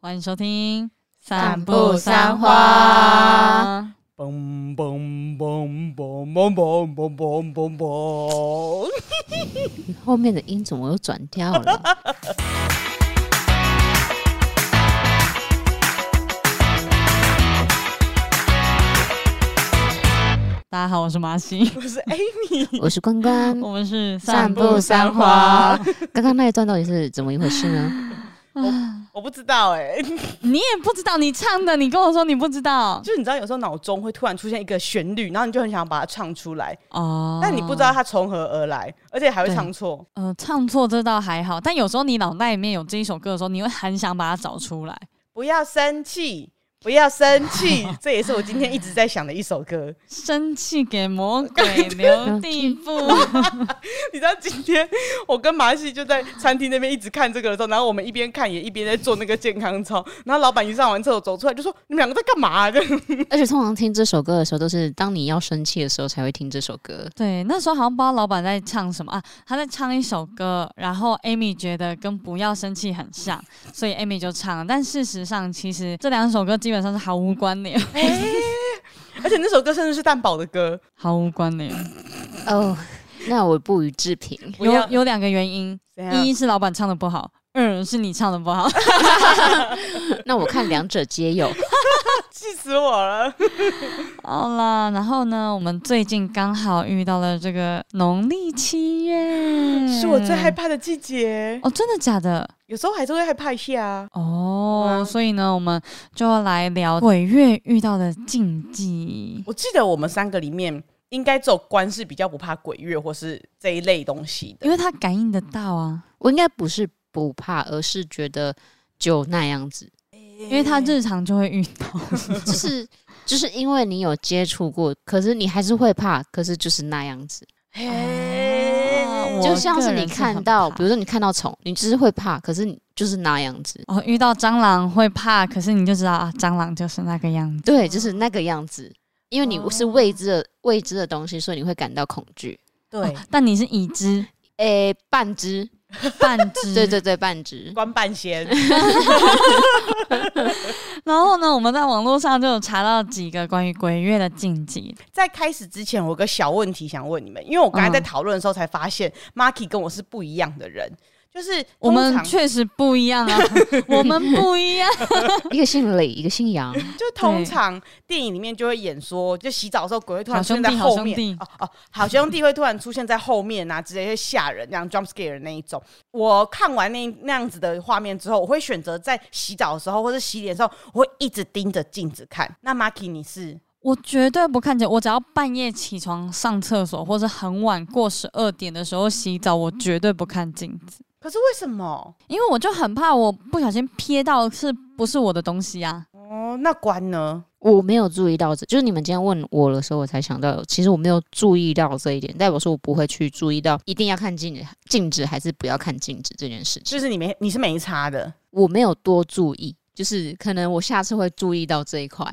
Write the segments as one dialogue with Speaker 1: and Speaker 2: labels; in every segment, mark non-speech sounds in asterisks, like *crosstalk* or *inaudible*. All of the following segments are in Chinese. Speaker 1: 欢迎收听《
Speaker 2: 散步三花》。
Speaker 3: 嘣嘣嘣嘣嘣嘣嘣嘣嘣嘣！
Speaker 2: 你后面的音怎么又转
Speaker 1: *laughs*
Speaker 2: 掉了？
Speaker 1: 大家好，我是马欣，
Speaker 2: *laughs*
Speaker 3: 不是 Amy，
Speaker 2: 我是关
Speaker 1: *laughs*
Speaker 2: 关，
Speaker 1: 我们是
Speaker 2: 散步三花。刚刚那一段到底是怎么一回事呢？ *laughs*
Speaker 3: 我不知道哎、
Speaker 1: 你也不知道你唱的，你跟我说你不知
Speaker 2: *laughs*
Speaker 1: 道
Speaker 3: *laughs* 就是你知道有时候脑中会突然出现一个旋律，然后你就很想把它唱出来，
Speaker 1: 哦。
Speaker 3: 但你不知道它从何而来，而且还会唱错。
Speaker 1: 呃，唱错这倒还好，但有时候你脑袋里面有这一首歌的时候，你会很想把它找出来。
Speaker 3: 不要生气，不要生 *laughs* 气，这也是我今天一直在想的一首歌。 *laughs*
Speaker 1: 生气给魔
Speaker 2: *laughs*
Speaker 1: 鬼留地步，
Speaker 3: 你知道今天我跟马西就在餐厅那边一直看这个的时候，然后我们一边看也一边在做那个健康操，然后老板一上完厕所走出来就说：“你们两个在干嘛、啊？” *laughs* 这样
Speaker 2: 而且通常听这首歌的时候，都是当你要生气的时候才会听这首歌。
Speaker 1: 对，那时候好像不知道老板在唱什么啊，他在唱一首歌，然后 Amy 觉得跟《不要生气》很像，所以 Amy 就唱了。但事实上，其实这两首歌基本上是毫无关联， *laughs*
Speaker 3: 哎而且那首歌甚至是蛋堡的歌，
Speaker 1: 毫无关联。
Speaker 2: 哦，那我不予置评。 *laughs*
Speaker 3: 不要
Speaker 1: 有有两个原因，
Speaker 3: 怎
Speaker 1: 一是老板唱的不好，二是你唱的不好。 *laughs*
Speaker 2: 那我看两者皆有。 *laughs*
Speaker 3: 气死我了！
Speaker 1: 好啦，然后呢，我们最近刚好遇到了这个农历七月，
Speaker 3: *laughs* *gasps* 是我最害怕的季节，
Speaker 1: 哦，真的假的？
Speaker 3: 有时候还是会害怕一下啊。
Speaker 1: 哦，
Speaker 3: 嗯
Speaker 1: 所以呢，我们就来聊鬼月遇到的禁忌。
Speaker 3: 我记得我们三个里面，应该只有关是比较不怕鬼月或是这一类东西的
Speaker 1: 因。为他感应得到啊，
Speaker 2: 我应该不是不怕，而是觉得就那
Speaker 1: *laughs*
Speaker 2: 样子，
Speaker 1: 因为他日常就会遇到。
Speaker 2: 就是就是因为你有接触过，可是你还是会怕，可是就是那样子。
Speaker 3: 嘿
Speaker 1: 啊我
Speaker 2: 就像
Speaker 1: 个
Speaker 2: 是
Speaker 1: 人
Speaker 2: 你
Speaker 1: 是
Speaker 2: 看
Speaker 1: 很
Speaker 2: 到，
Speaker 1: 怕
Speaker 2: 比如说你看到虫，你只是会怕，可是你就是那样子，
Speaker 1: 哦，遇到蟑螂会怕，可是你就知道啊，蟑螂就是那个样子。
Speaker 2: 对，就是那个样子，因为你是
Speaker 3: 哦
Speaker 2: 未知的、未知的东西，所以你会感到恐惧。
Speaker 3: 对，
Speaker 1: 但你是已知
Speaker 2: 诶、半只，
Speaker 1: 半知，
Speaker 2: *laughs* 对对对，半只，
Speaker 3: 关半仙， *laughs*
Speaker 1: 然后呢，我们在网络上就有查到几个关于鬼月的禁忌。
Speaker 3: 在开始之前，我有个小问题想问你们，因为我刚才在
Speaker 1: 嗯
Speaker 3: 讨论的时候才发现，Marky 跟我是不一样的人，就是
Speaker 1: 我
Speaker 3: 通
Speaker 1: 们
Speaker 3: 常
Speaker 1: 确实不一样
Speaker 2: *laughs*
Speaker 1: 啊，我们不一样。
Speaker 2: 一个姓李，一个姓 *laughs* 杨，
Speaker 3: 就通常电影里面就会演说，就洗澡的时候鬼会突
Speaker 1: 好
Speaker 3: 然出
Speaker 1: 兄
Speaker 3: 现
Speaker 1: 弟
Speaker 3: 在后
Speaker 1: 好兄弟
Speaker 3: 面，哦哦，好兄弟会突然出现在后面啊，直接吓人，这样 jump scare 的那一种。我看完那那样子的画面之后，我会选择在洗澡的时候或者洗脸的时候，我会一直盯着镜子看。那 Marky 你是
Speaker 1: 我绝对不看见，我只要半夜起床上厕所，或是很晚过十二点的时候洗澡，我绝对不看镜子，
Speaker 3: 可是为什么？
Speaker 1: 因为我就很怕我不小心瞥到是不是我的东西啊。
Speaker 3: 哦，那关呢？
Speaker 2: 我没有注意到这，就是你们今天问我的时候，我才想到，其实我没有注意到这一点，代表说我不会去注意到一定要看镜子，镜子还是不要看镜子这件事情，
Speaker 3: 就是你没你是没差的，
Speaker 2: 我没有多注意，就是可能我下次会注意到这一块。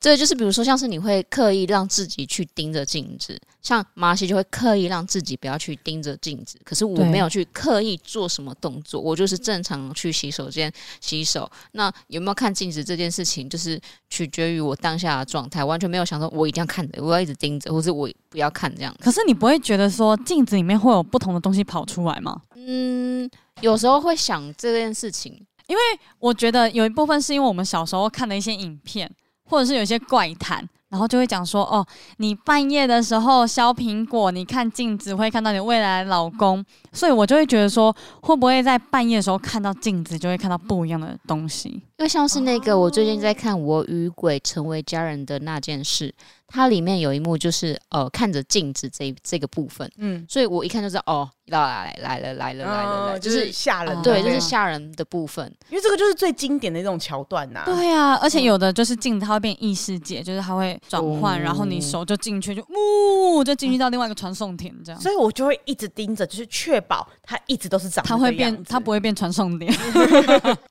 Speaker 2: 这就是比如说，像是你会刻意让自己去盯着镜子，像马西就会刻意让自己不要去盯着镜子。可是我
Speaker 1: 对
Speaker 2: 没有去刻意做什么动作，我就是正常去洗手间洗手。那有没有看镜子这件事情，就是取决于我当下的状态，完全没有想说我一定要看着，我要一直盯着，或是我不要看这样。
Speaker 1: 可是你不会觉得说镜子里面会有不同的东西跑出来吗？
Speaker 2: 嗯，有时候会想这件事情，
Speaker 1: 我觉得有一部分是因为我们小时候看的一些影片，或者是有一些怪谈，然后就会讲说，哦，你半夜的时候削苹果，你看镜子会看到你未来的老公，所以我就会觉得说，会不会在半夜的时候看到镜子，就会看到不一样的东西？
Speaker 2: 因为像是那个我最近在看《我与鬼成为家人的那件事》，它里面有一幕就是呃看着镜子这一这个部分，
Speaker 3: 嗯，
Speaker 2: 所以我一看就知道哦，来来来了来了来
Speaker 1: 哦
Speaker 2: 了来了，
Speaker 3: 哦
Speaker 2: 就
Speaker 3: 就
Speaker 2: 是是
Speaker 3: 吓人的，啊
Speaker 2: 对，就
Speaker 1: 对
Speaker 2: 是吓人的部分。
Speaker 3: 因为这个就是最经典的那种桥段呐、
Speaker 1: 对啊，而且有的就是镜子它会变异世界，就是它会转换，
Speaker 2: 哦
Speaker 1: 然后你手就进去，就呜，就进去到另外一个传送点这样。
Speaker 3: 所以我就会一直盯着，就是确保它一直都是长
Speaker 1: 它
Speaker 3: 那个
Speaker 1: 会
Speaker 3: 样
Speaker 1: 变，
Speaker 3: 子
Speaker 1: 它不会变传送点。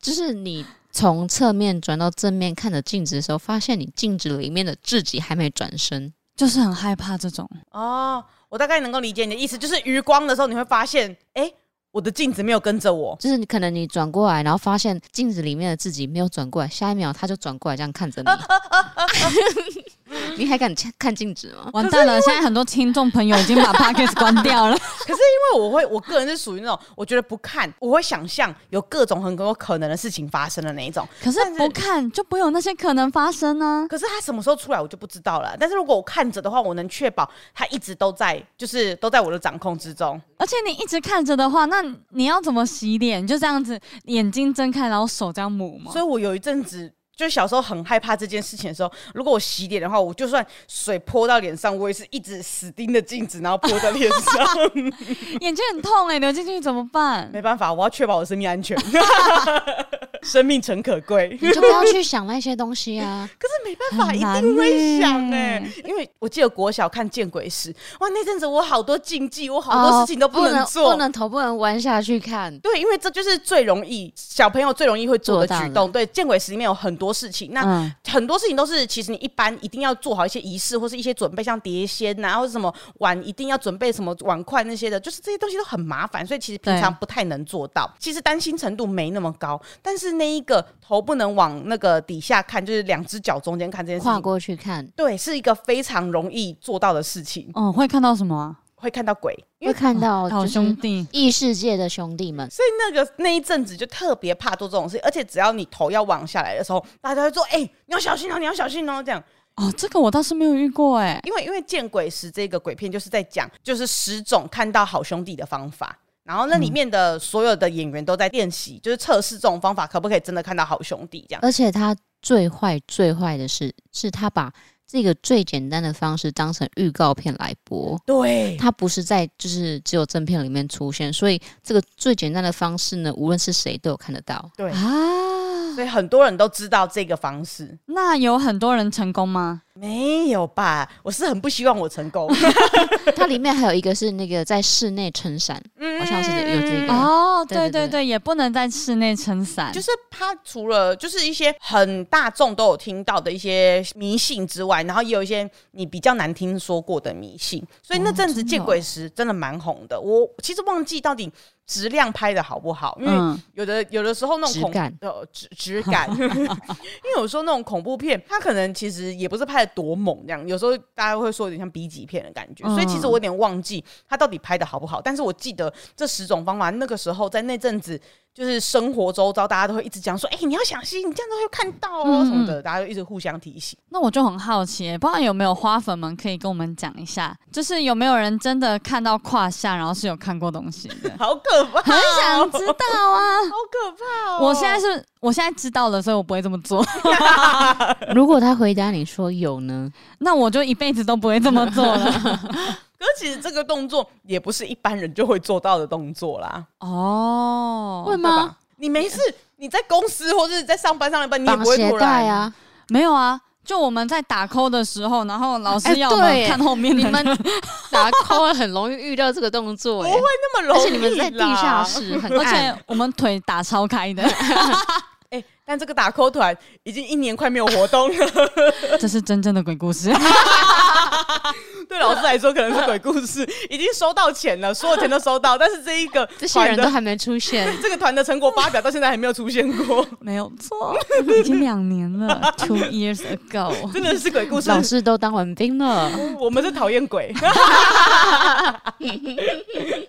Speaker 2: 就是你从侧面转到正面看着镜子的时候，发现你镜子里面的自己还没转身，
Speaker 1: 就是很害怕这种，
Speaker 3: 哦，我大概能够理解你的意思，就是余光的时候，你会发现，哎、我的镜子没有跟
Speaker 2: *laughs*
Speaker 3: 着我，
Speaker 2: 就是你可能你转过来，然后发现镜子里面的自己没有转过来，下一秒他就转过来这样看着你，你还敢 *laughs* 看镜子吗？
Speaker 1: 完蛋了！现在很多听众朋友已经把 podcast 关掉了。
Speaker 3: 因为我会，我个人是属于那种我觉得不看，我会想象有各种很多可能的事情发生的那一种。
Speaker 1: 可是
Speaker 3: 但是
Speaker 1: 不看就不会有那些可能发生啊呢、
Speaker 3: 可是它什么时候出来我就不知道了。但是如果我看着的话，我能确保它一直都在，就是都在我的掌控之中。
Speaker 1: 而且你一直看着的话，那你要怎么洗脸？你就这样子，眼睛睁开，然后手这样抹吗
Speaker 3: 所？以我有一阵子。就小时候很害怕这件事情的时候，如果我洗脸的话，我就算水泼到脸上，我也是一直死盯着镜子，然后泼在脸上。
Speaker 1: 眼睛很痛哎、流进去怎么办？
Speaker 3: 没办法，我要确保我生命 *laughs* 安全，生命诚可贵。
Speaker 2: 你就不要去想那些东西啊！
Speaker 3: 可是没办法，
Speaker 1: 很
Speaker 3: 一
Speaker 1: 难
Speaker 3: 定会想哎、
Speaker 1: 耶
Speaker 3: 因为我记得国小看《见鬼时》，哇，那阵子我好多禁忌，我 *laughs* 好多事情都
Speaker 2: 哦不
Speaker 3: 哦能
Speaker 2: 不
Speaker 3: 做。
Speaker 2: 能头不能弯下去看。
Speaker 3: 对，因为这就是最容易小朋友最容易会做
Speaker 2: 做
Speaker 3: 的
Speaker 2: 到
Speaker 3: 举
Speaker 2: 的
Speaker 3: 动。对，《见鬼时》里面有很多事情，那
Speaker 1: 嗯，
Speaker 3: 很多事情都是，其实你一般一定要做好一些仪式或是一些准备，像碟仙呐、或者什么碗一定要准备什么碗筷那些的，就是这些东西都很麻烦，所以其实平常
Speaker 1: 对
Speaker 3: 不太能做到。其实担心程度没那么高，但是那一个头不能往那个底下看，就是两只脚中间看这件事
Speaker 2: 跨
Speaker 3: 情，
Speaker 2: 过去看，
Speaker 3: 对，是一个非常容易做到的事情，
Speaker 1: 哦，会看到什么啊、
Speaker 3: 会看到鬼，因
Speaker 2: 会
Speaker 3: 为。
Speaker 2: 看到
Speaker 1: 好
Speaker 2: 就是
Speaker 1: 兄弟，
Speaker 2: 异世界的兄弟们，
Speaker 3: 所以那个那一阵子就特别怕做这种事，而且只要你头要往下来的时候，大家会说：“哎、你要小心哦，你要小心哦。”这样，
Speaker 1: 哦，这个我倒是没有遇过哎、
Speaker 3: 因为因为见鬼时这个鬼片就是在讲，就是十种看到好兄弟的方法。然后那
Speaker 2: 嗯
Speaker 3: 里面的所有的演员都在练习，就是测试这种方法可不可以真的看到好兄弟这样。
Speaker 2: 而且他最坏最坏的是，是他把这个最简单的方式当成预告片来播。
Speaker 3: 对，
Speaker 2: 它不是在就是只有正片里面出现，所以这个最简单的方式呢，无论是谁都有看得到。
Speaker 3: 对
Speaker 1: 啊，
Speaker 3: 所以很多人都知道这个方式。
Speaker 1: 那有很多人成功吗？
Speaker 3: 没有吧？我是很不希望我成功，
Speaker 2: 它里面还有一个是那个在室内撑伞， *laughs* 好像是有这个。
Speaker 1: 哦，
Speaker 2: 对
Speaker 1: 对对
Speaker 2: 对对
Speaker 1: 对，也不能在室内撑伞，
Speaker 3: 就是他除了就是一些很大众都有听到的一些迷信之外，然后也有一些你比较难听说过的迷信，所以那阵子
Speaker 1: 真的哦
Speaker 3: 见鬼时真的蛮红的。我其实忘记到底质量拍的好不好，因为
Speaker 1: 嗯，
Speaker 3: 有的有的时候那种
Speaker 2: 质
Speaker 3: 恐
Speaker 2: 感
Speaker 3: 呃质质感， *laughs* 因为有时候那种恐怖片，它可能其实也不是拍的多猛这样，有时候大家会说有点像 B 级片的感觉，所以其实
Speaker 2: 嗯
Speaker 3: 我有点忘记它到底拍的好不好，但是我记得这十种方法，那个时候在那阵子。就是生活周遭，大家都会一直讲说：“哎、你要小心，你这样子会看到哦、
Speaker 1: 嗯
Speaker 3: 什么的。”大家就一直互相提醒。？
Speaker 1: 那我就很好奇、欸不知道有没有花粉们可以跟我们讲一下，就是有没有人真的看到胯下，然后是有看过东西的
Speaker 3: *laughs* 好可怕，
Speaker 1: 很想知道啊！
Speaker 3: 好可怕哦！
Speaker 1: 我现在是，我现在知道了，所以我不会这么做。 *laughs*
Speaker 2: 如果他回答你说有呢，
Speaker 1: 那我就一辈子都不会这么做了。
Speaker 3: 可是其实这个动作也不是一般人就会做到的动作啦。
Speaker 1: 哦，
Speaker 3: 对吧？你没事，你在公司或者是在上班上一班，你也
Speaker 2: 绑
Speaker 3: 不会
Speaker 2: 鞋
Speaker 3: 突
Speaker 2: 带
Speaker 3: 然。
Speaker 2: 啊，
Speaker 1: 没有啊，就我们在打扣的时候，然后老
Speaker 2: 哎
Speaker 1: 师要我们
Speaker 2: 对
Speaker 1: 看后面的
Speaker 2: 你
Speaker 1: 人，
Speaker 2: 们打 call 很容易遇到这个动作、欸，
Speaker 3: 不会那么容
Speaker 2: 而
Speaker 3: 易啦，
Speaker 2: 且你们在地下室很
Speaker 1: *laughs* 而
Speaker 2: 暗，
Speaker 1: 且我们腿打超开的，
Speaker 3: 哎、但这个打 call 团已经一年快没有活动 *laughs* 了，
Speaker 1: 这是真正的鬼故事。
Speaker 3: 对老师来说可能是鬼故事，已经收到钱了，所有钱都收到，但是这一个
Speaker 2: 这些
Speaker 3: 团
Speaker 2: 人都
Speaker 3: 的
Speaker 2: 还没出 *laughs* 现。
Speaker 3: 这个团的成果发表到现在还没有出现过，
Speaker 1: 没有错， *laughs* 已经两年了，two years ago。
Speaker 3: 真的是鬼故事。
Speaker 2: 老师都当完兵了，
Speaker 3: 我们是讨厌鬼，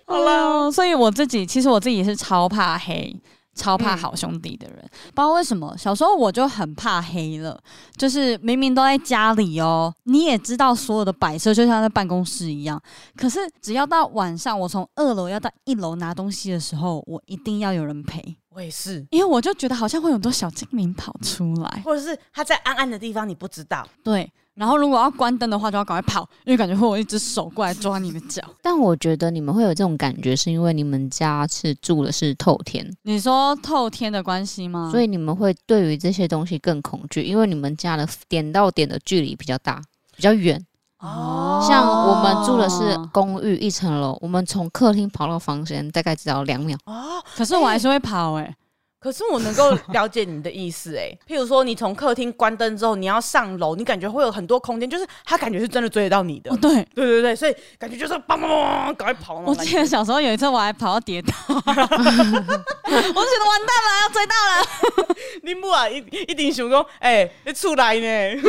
Speaker 1: 好了，哦所以我自己其实我自己是超怕黑、超怕好兄弟的人，不知道为什么小时候我就很怕黑了，就是明明都在家里哦，你也知道所有的摆设就像在办公室一样，可是只要到晚上，我从二楼要到一楼拿东西的时候，我一定要有人陪。
Speaker 3: *laughs* 我也是。
Speaker 1: 因为我就觉得好像会有很多小精灵跑出来，
Speaker 3: 或者是他在暗暗的地方，你不知道，
Speaker 1: 对。然后如果要关灯的话，就要赶快跑，因为感觉会有一只手过来抓你的脚。
Speaker 2: 但我觉得你们会有这种感觉，是因为你们家是住的是透天，
Speaker 1: 你说透天的关系吗？
Speaker 2: 所
Speaker 1: 以
Speaker 2: 以你们会对于这些东西更恐惧，因为你们家的点到点的距离比较大，比较远。
Speaker 3: 哦
Speaker 2: 像我们住的是公寓一层楼，我们从客厅跑到房间大概只要两秒。
Speaker 3: 哦，
Speaker 1: 可是我还是会跑哎、欸
Speaker 3: 可是我能够了解你的意思、欸，哎，譬如说你从客厅关灯之后，你要上楼，你感觉会有很多空间，就是他感觉是真的追得到你的
Speaker 1: 哦，，对，
Speaker 3: 对对对，所以感觉就是梆梆梆梆，赶快跑那
Speaker 1: 我
Speaker 3: 种
Speaker 1: 记
Speaker 3: 感
Speaker 1: 得
Speaker 3: 觉。
Speaker 1: 小时候有一次我还跑到跌倒，我就觉得完蛋了，要追到了。
Speaker 3: 你母啊，一一定想讲，哎、你出来呢？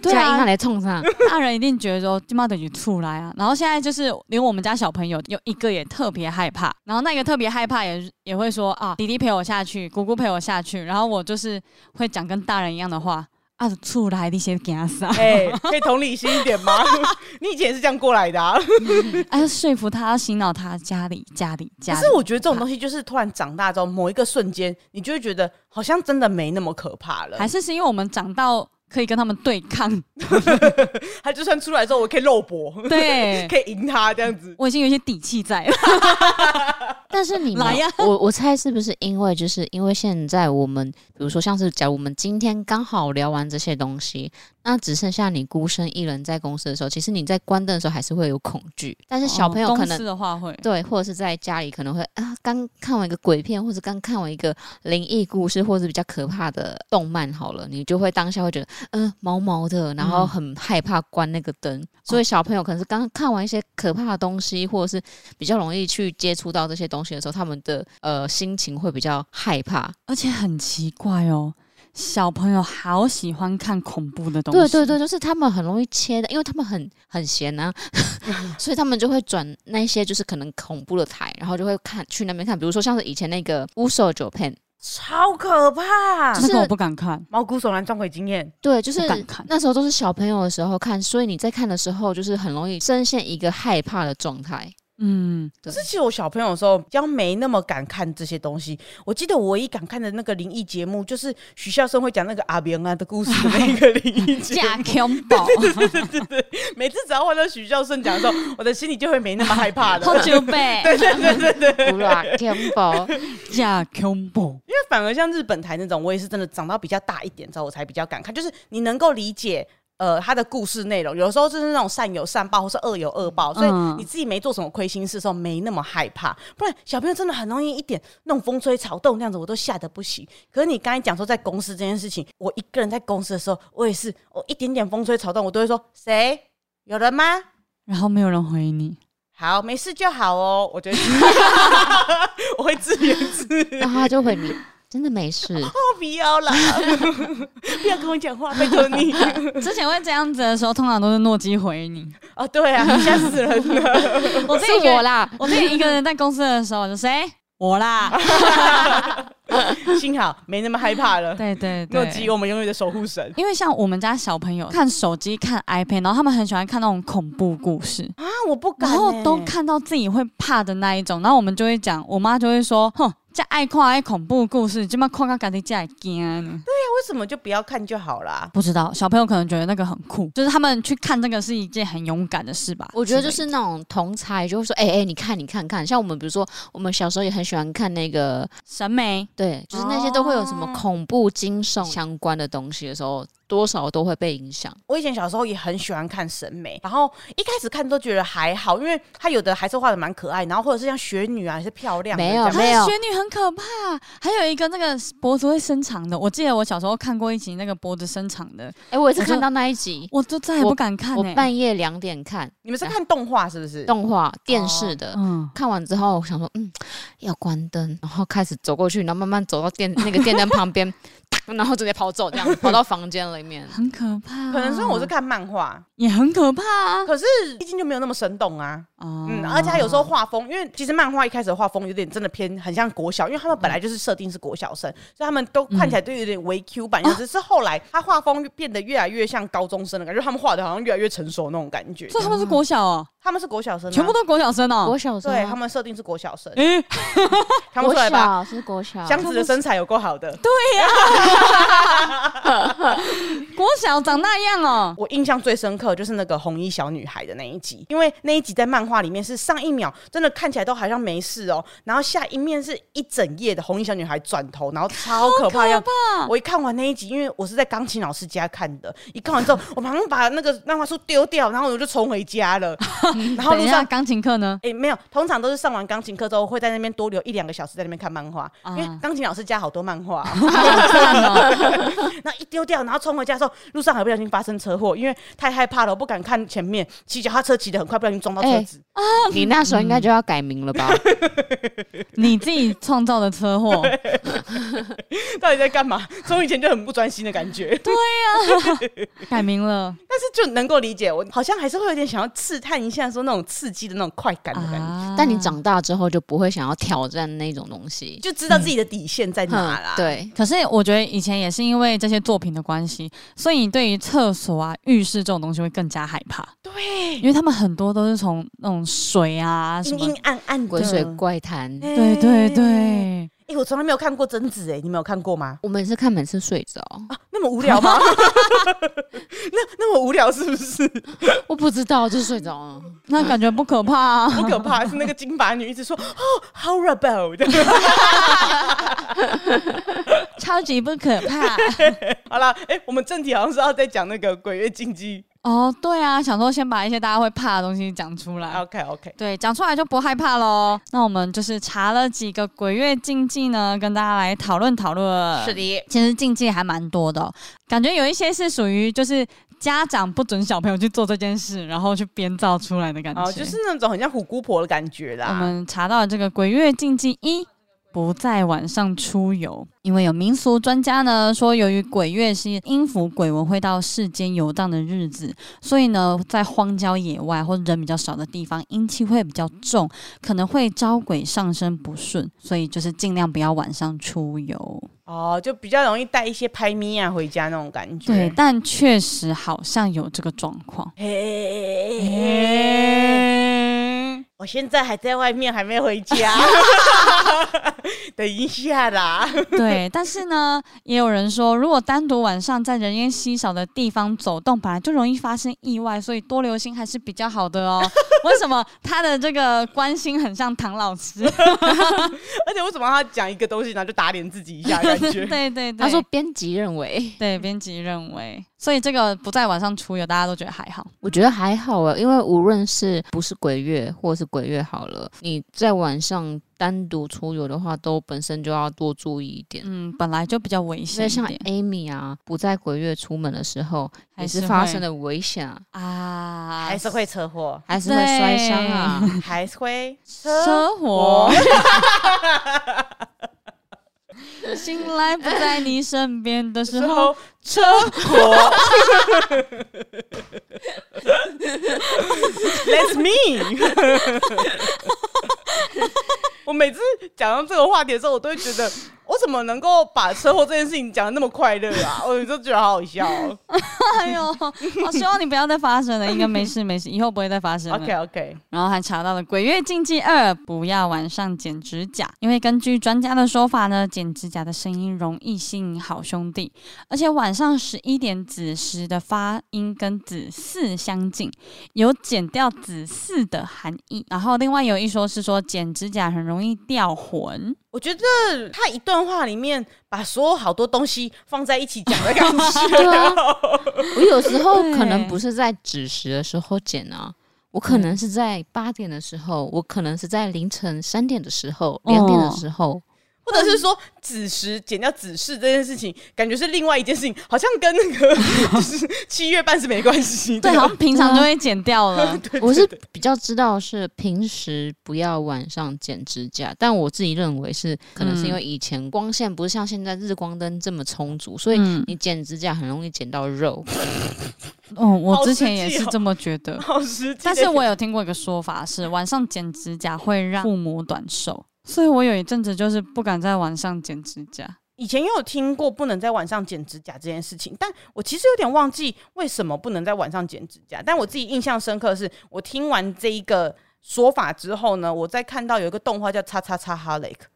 Speaker 1: 对
Speaker 2: 嘉音
Speaker 1: 啊，
Speaker 2: 来冲上，
Speaker 1: 大人一定觉得说他妈的你出来啊。然后现在就是连我们家小朋友有一个也特别害怕，然后那个特别害怕也也会说啊，弟弟陪我下去，姑姑陪我下去。然后我就是会讲跟大人一样的话啊，出来你先给他
Speaker 3: *laughs*
Speaker 1: 杀，
Speaker 3: 哎、可以同理心一点吗？ *laughs* 你以前也是这样过来的、啊。
Speaker 1: 哎、要说服他，要洗脑他，家里家里家
Speaker 3: 可
Speaker 1: 里。
Speaker 3: 是我觉得这种东西就是突然长大之后，某一个瞬间，你就会觉得好像真的没那么可怕了。
Speaker 1: 还是是因为我们长到可以跟他们对抗，
Speaker 3: 他就算出来之后，我可以肉搏，
Speaker 1: *laughs* 对。
Speaker 3: 可以赢他这样子。
Speaker 1: 我已经有一些底气在了， *laughs*
Speaker 2: 但是你们
Speaker 1: 来呀
Speaker 2: 我我猜是不是因为就是因为现在我们，比如说像是假如我们今天刚好聊完这些东西，那只剩下你孤身一人在公司的时候，其实你在关灯的时候还是会有恐惧，但是小朋友
Speaker 1: 哦
Speaker 2: 可
Speaker 1: 公
Speaker 2: 能、
Speaker 1: 司的话会，
Speaker 2: 对，或者是在家里可能会啊，刚看完一个鬼片，或者刚看完一个灵异故事，或者是比较可怕的动漫，好了，你就会当下会觉得，嗯、毛毛的，然后
Speaker 1: 嗯
Speaker 2: 很害怕关那个灯。所以小朋友可能是刚看完一些可怕的东西，或者是比较容易去接触到这些东西的时候，他们的呃心情会比较害怕。
Speaker 1: 而且很奇怪哦，小朋友好喜欢看恐怖的东
Speaker 2: 对
Speaker 1: 西。
Speaker 2: 对对，，就是他们很容易切的，因为他们很很闲 *laughs* 啊，所以他们就会转那些就是可能恐怖的台，然后就会看去那边看，比如说像是以前那个《乌兽 Japan》，
Speaker 3: 超可怕！
Speaker 1: 那
Speaker 2: 是
Speaker 1: 个我不敢看。
Speaker 3: 毛骨悚然撞鬼经验，
Speaker 2: 对，就是
Speaker 1: 不敢看
Speaker 2: 那时候都是小朋友的时候看，所以你在看的时候就是很容易深陷一个害怕的状态。
Speaker 1: 嗯，
Speaker 2: 对
Speaker 3: 可是其实我小朋友的时候比较没那么敢看这些东西。我记得我唯一敢看的那个灵异节目，就是许孝顺会讲那个阿扁啊的故事的那个灵异 *laughs* 节目。
Speaker 1: 假恐 *laughs* 怖，
Speaker 3: *laughs* 每次只要换到许孝顺讲的时候，我的心里就会没那么害怕了。
Speaker 1: 好久呗。对对，
Speaker 2: 不 *laughs* 啦，天宝，
Speaker 1: 假恐怖。
Speaker 3: 因为反而像日本台那种，我也是真的长到比较大一点之后，我才比较敢看，就是你能够理解。呃，他的故事内容有的时候就是那种善有善报，或是恶有恶报，所以
Speaker 1: 嗯
Speaker 3: 你自己没做什么亏心事的时候，没那么害怕。不然小朋友真的很容易一点那种风吹草动那样子，我都吓得不行。可是你刚才讲说在公司这件事情，我一个人在公司的时候，我也是，我一点点风吹草动，我都会说谁有人吗？
Speaker 1: 然后没有人回你，
Speaker 3: 好，没事就好哦。我觉得 *laughs* 我会自言自
Speaker 2: *laughs*
Speaker 3: 语。
Speaker 2: 然后他就回你，真的没事。
Speaker 3: 不要啦， *laughs* 不要跟我讲话，拜托你。
Speaker 1: 之前会这样子的时候，通常都是诺基回
Speaker 2: *laughs*
Speaker 1: 你。
Speaker 3: 哦，对啊，吓死人了。
Speaker 1: 我自
Speaker 2: 是
Speaker 1: 己
Speaker 2: 啊
Speaker 1: 一个
Speaker 2: 我，啦，
Speaker 1: 我自己一个人在公司的时候，我就哎谁 *laughs* 我啦。
Speaker 3: 幸好没那么害怕了。
Speaker 1: 对对对，啊
Speaker 3: 诺基，我们永远的守护神。
Speaker 1: 因为像我们家小朋友看手机、看 iPad，然后他们很喜欢看那种恐怖故事，
Speaker 3: 啊，我不敢
Speaker 1: 然
Speaker 3: 欸、
Speaker 1: 后都看到自己会怕的那一种，然后我们就会讲，我妈就会说，哼，这爱看爱恐怖故事，这么看到家己这会惊。
Speaker 3: 那为什么就不要看就好啦？
Speaker 1: 不知道小朋友可能觉得那个很酷，就是他们去看这个是一件很勇敢的事吧。
Speaker 2: 我觉得
Speaker 1: 之类
Speaker 2: 就
Speaker 1: 的
Speaker 2: 是那种同才就会说，哎、哎、你看你看看，像我们比如说，我们小时候也很喜欢看那个，
Speaker 1: 审美，
Speaker 2: 对，就是那些都会有什么恐怖惊悚相关的东西的时候，多少都会被影响。
Speaker 3: 我以前小时候也很喜欢看审美，然后一开始看都觉得还好，因为它有的还是画的蛮可爱，然后或者是像雪女啊，还是漂亮的
Speaker 2: 没
Speaker 3: 这样
Speaker 2: 有
Speaker 1: 她的雪女很可怕，啊还有一个那个脖子会伸长的，我记得我小时候看过一集那个脖子伸长的，
Speaker 2: 哎、我也是
Speaker 1: 我就
Speaker 2: 看到那一集，
Speaker 1: 我就再也不敢看
Speaker 2: 我
Speaker 1: 欸
Speaker 2: 半夜两点看
Speaker 3: 你们是看动画是不是？
Speaker 2: 动画电视的，
Speaker 1: 嗯，
Speaker 2: 看完之后，我想说，嗯，要关灯，然后开始走过去，然后慢慢走到电那个电灯旁边， *laughs* 哒然后直接跑走，这样跑到房间里面。
Speaker 1: 很可怕。啊
Speaker 3: 可能是因为我是看漫画，
Speaker 1: 也很可怕啊。
Speaker 3: 可是毕竟就没有那么生动啊。嗯
Speaker 1: 嗯，
Speaker 3: 而且他有时候画风，因为其实漫画一开始的画风有点真的偏很像国小，因为他们本来就是设定是国小生，所以他们都看起来都有点微 Q 版，样子。只是后来他画风变得越来越像高中生的感觉，他们画的好像越来越成熟那种感觉。
Speaker 1: 所以他们是国小哦，
Speaker 3: 他们是国小生啊、
Speaker 1: 全部都国小生哦
Speaker 2: 我。小时候
Speaker 3: 对他
Speaker 2: 啊，
Speaker 3: 们设定是国小生，
Speaker 1: 诶，
Speaker 3: 看
Speaker 2: 国
Speaker 3: 不出来
Speaker 1: 啊
Speaker 2: 小
Speaker 3: 吧？
Speaker 2: 是国小，
Speaker 3: 箱子的身材有够好的，
Speaker 1: 国小长那样哦、
Speaker 3: 我印象最深刻就是那个红衣小女孩的那一集，因为那一集在漫画里面是上一秒真的看起来都好像没事哦，然后下一面是一整夜的红衣小女孩转头，然后超可怕的样子。我一看完那一集，因为我是在钢琴老师家看的，一看
Speaker 1: *laughs*
Speaker 3: 完之后，我马上把那个漫画书丢掉，然后我就冲回
Speaker 1: *laughs*
Speaker 3: 家了。然后
Speaker 1: 等
Speaker 3: 路
Speaker 1: 一下，
Speaker 3: 上。
Speaker 1: 钢琴课
Speaker 3: *laughs*
Speaker 1: 呢？
Speaker 3: 诶，没有，通常都是上完钢琴课之后，会在那边多留一两个小时在那边看漫画，因为
Speaker 1: 啊
Speaker 3: 钢琴老师家好多漫
Speaker 1: *laughs*
Speaker 3: 画哦、
Speaker 1: 好赞哦、
Speaker 3: 然后一丢掉，然后冲回家的时候，路上还不小心发生车祸，因为太害怕了，我不敢看前面，骑脚踏车骑得很快，不小心撞到车子。 *laughs*
Speaker 2: 你那时候应该就要改名了吧？
Speaker 1: *laughs* 你自己创造的车祸，
Speaker 3: 到底在干嘛？从以前就很不专心的感 *laughs* 觉，
Speaker 1: 改名了
Speaker 3: 但是就能够理解，我好像还是会有点想要试探一下，说那种刺激的那种快感的感觉，
Speaker 1: 啊！
Speaker 2: 但你，长大之后就不会想要挑战那种东西。
Speaker 3: 就知道自己的底线在哪啦。
Speaker 2: 嗯，对，
Speaker 1: 可是我觉得以前也是因为这些作品的关系，所以你对于厕所啊、浴室这种东西会更加害怕。对，因为他们很多都是从那种水啊什
Speaker 3: 阴
Speaker 1: 么，
Speaker 3: 阴暗暗的
Speaker 2: 鬼水怪谈，
Speaker 3: 哎
Speaker 1: 对对对，
Speaker 3: 哎、我从来没有看过贞子哎、你没有看过吗？
Speaker 2: 我们是看每次睡着，
Speaker 3: 那么无聊吗？ *laughs* 那那么无聊是不 *laughs* 是？
Speaker 2: *laughs* 我不知道就睡着 *laughs* 了。
Speaker 1: 那感觉不可怕、
Speaker 3: *laughs*
Speaker 1: 啊。
Speaker 3: 不可怕，是那个金发女一直说哦，horrible 这样
Speaker 1: 超级不可怕。
Speaker 3: 好啦，哎、我们正题好像是要在讲那个鬼月禁忌。
Speaker 1: *laughs* 哦，对啊，想说先把一些大家会怕的东西讲出来。
Speaker 3: OK OK，
Speaker 1: 对，讲出来就不害怕喽。那我们就是查了几个鬼月禁忌呢，跟大家来讨论讨论。
Speaker 3: 的，
Speaker 1: 其实禁忌还蛮多的哦、感觉有一些是属于就是家长不准小朋友去做这件事，然后去编造出来的感觉。
Speaker 3: 哦，就是那种很像虎姑婆的感觉
Speaker 1: 我
Speaker 3: 啦。
Speaker 1: 们查到的这个鬼月禁忌一。不在晚上出游，因为有民俗专家呢说，由于鬼月是阴符鬼魂会到世间游荡的日子，所以呢，在荒郊野外或者人比较少的地方，阴气会比较重，可能会招鬼上身不顺，所以就是尽量不要晚上出游。
Speaker 3: 哦，就比较容易带一些拍咪啊回家那种感觉。
Speaker 1: 对，但确实好像有这个状况。
Speaker 3: 嘿嘿嘿嘿嘿
Speaker 1: 嗯，
Speaker 3: 我现在还在外面，还没回
Speaker 1: *laughs*
Speaker 3: 家。等一下啦，
Speaker 1: 对，但是呢，也有人说，如果单独晚上在人烟稀少的地方走动，本来就容易发生意外，所以多留心还是比较好的哦。为什么他的这个关心很像唐老师？
Speaker 3: 而且为什么他讲一个东西，然后就打脸自己一下，感
Speaker 1: *laughs*
Speaker 3: 觉
Speaker 1: 对对对，
Speaker 2: 他说编辑认为，
Speaker 1: 对，编辑认为，所以这个不在晚上出游，大家都觉得还好。
Speaker 2: 我觉得还好啊，因为无论是不是鬼月或是鬼月好了，你在晚上单独出游的话，都本身就要多注意一点。
Speaker 1: 嗯，本来就比较危险
Speaker 2: 所以
Speaker 1: 一
Speaker 2: 像
Speaker 1: 点
Speaker 2: Amy 啊，不在鬼月出门的时候，
Speaker 1: 还
Speaker 2: 也
Speaker 1: 是
Speaker 2: 是
Speaker 1: 会
Speaker 2: 发生了危险啊，
Speaker 1: 啊，
Speaker 3: 还是会车祸，
Speaker 2: 还是会摔
Speaker 1: *laughs*
Speaker 2: 伤啊。
Speaker 3: 还是会车。
Speaker 1: 生活。醒 *laughs* 来不在你身边的时
Speaker 3: 之
Speaker 1: 候
Speaker 3: 后，车祸，That's me 。我每次讲到这个话题的时候，我都会觉得，我怎么能够把车祸这件事情讲的那么快乐啊？我就觉得好好笑、哦。
Speaker 1: 哎呦，我希望你不要再发生了，应该没事没事，以后不会再发生了。
Speaker 3: OK OK，
Speaker 1: 然后还查到了鬼月禁忌二，不要晚上剪指甲，因为根据专家的说法呢，剪指甲的声音容易吸引好兄弟，而且晚上十一点子时的发音跟子嗣相近，有剪掉子嗣的含义。然后另外有一说是说剪指甲很容易掉魂，
Speaker 3: 我觉得他一段话里面把所有好多东西放在一起讲的感觉。
Speaker 2: 对啊，我有时候可能
Speaker 1: 对嗯
Speaker 2: 不是在子时的时候剪啊，我可能是在八点的时候，我可能是在凌晨三点的时候、两点
Speaker 1: 哦
Speaker 2: 的时候，
Speaker 3: 或者是说子时减掉子时这件事情，感觉是另外一件事情，好像跟那个就是七月半是没关系的。
Speaker 1: 对，好像平常就会剪掉了。
Speaker 3: *laughs*
Speaker 2: 我是比较知道是平时不要晚上剪指甲，但我自己认为是可能是
Speaker 3: 嗯
Speaker 2: 因为以前光线不是像现在日光灯这么充足，所以
Speaker 1: 嗯
Speaker 2: 你剪指甲很容易剪到肉。
Speaker 1: 哦，我
Speaker 3: 好
Speaker 1: 之
Speaker 3: 实
Speaker 1: 前也
Speaker 3: 际
Speaker 1: 是
Speaker 3: 哦
Speaker 1: 这么觉得。
Speaker 3: 好实际的。
Speaker 1: 但是我有听过一个说法是，晚上剪指甲会让父母短寿，所以我有一阵子就是不敢在晚上剪指甲。
Speaker 3: 以前也有听过不能在晚上剪指甲这件事情，但我其实有点忘记为什么不能在晚上剪指甲。但我自己印象深刻的是，我听完这一个说法之后呢，我在看到有一个动画叫《叉叉叉哈雷克》，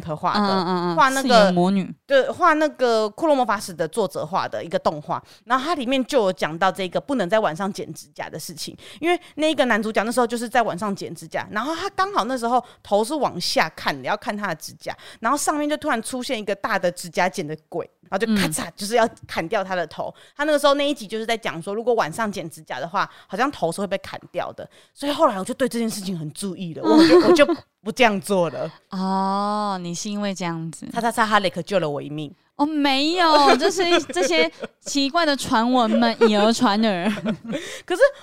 Speaker 3: Clamp 画
Speaker 1: 嗯
Speaker 3: 的，
Speaker 1: 嗯嗯，
Speaker 3: 画那
Speaker 1: 四
Speaker 3: 个
Speaker 1: 眼魔女，
Speaker 3: 对，画那个《库洛魔法使》的作者画的一个动画，然后它里面就有讲到这个不能在晚上剪指甲的事情，因为那个男主角那时候就是在晚上剪指甲，然后他刚好那时候头是往下看的，要看他的指甲，然后上面就突然出现一个大的指甲剪的鬼，然后就咔嚓，就是要砍掉他的头。他那个时候那一集就是在讲说，如果晚上剪指甲的话，好像头是会被砍掉的，所以后来我就对这件事情很注意了，我就我就不这样做了。 *laughs*
Speaker 1: 哦，你是因为这样子？
Speaker 3: 叉叉叉哈雷克救了我一命。
Speaker 1: 哦，没有，就是这些奇怪的传闻们以讹传
Speaker 3: *laughs*
Speaker 1: 讹。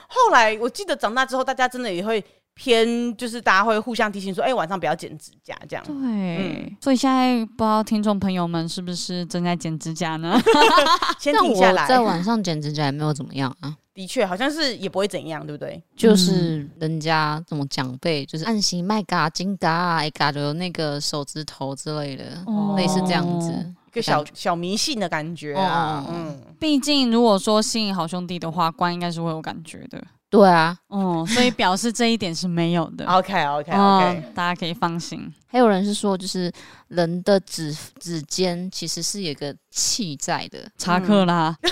Speaker 3: 后来我记得长大之后，大家真的也会偏，就是大家会互相提醒说，哎、晚上不要剪指甲这样。
Speaker 1: 对，
Speaker 3: 嗯
Speaker 1: 所以现在不知道听众朋友们是不是正在剪指甲呢？ *laughs*
Speaker 3: 先
Speaker 2: 但
Speaker 3: 停
Speaker 2: 啊我
Speaker 3: 下来，
Speaker 2: 在晚上剪指甲也没有怎么样啊，
Speaker 3: 的确好像是也不会怎样，对不对？
Speaker 2: 就是人家怎么长辈，就是按行麦嘎、金嘎、哎嘎的那个手指头之类的，
Speaker 1: 哦
Speaker 2: 类似这样子。
Speaker 3: 一个小小迷信的感觉啊，
Speaker 2: 哦哦哦
Speaker 3: 嗯，
Speaker 1: 毕竟如果说吸引好兄弟的话，关应该是会有感觉的。
Speaker 2: 对啊，
Speaker 1: 哦，所以表示这一点是没有
Speaker 3: *laughs*
Speaker 1: 的。
Speaker 3: ，OK OK
Speaker 1: 哦
Speaker 3: OK，，
Speaker 1: 大家可以放心。
Speaker 2: 还有人是说，就是人的指指尖其实是有一个气在的，
Speaker 1: 查克拉，哎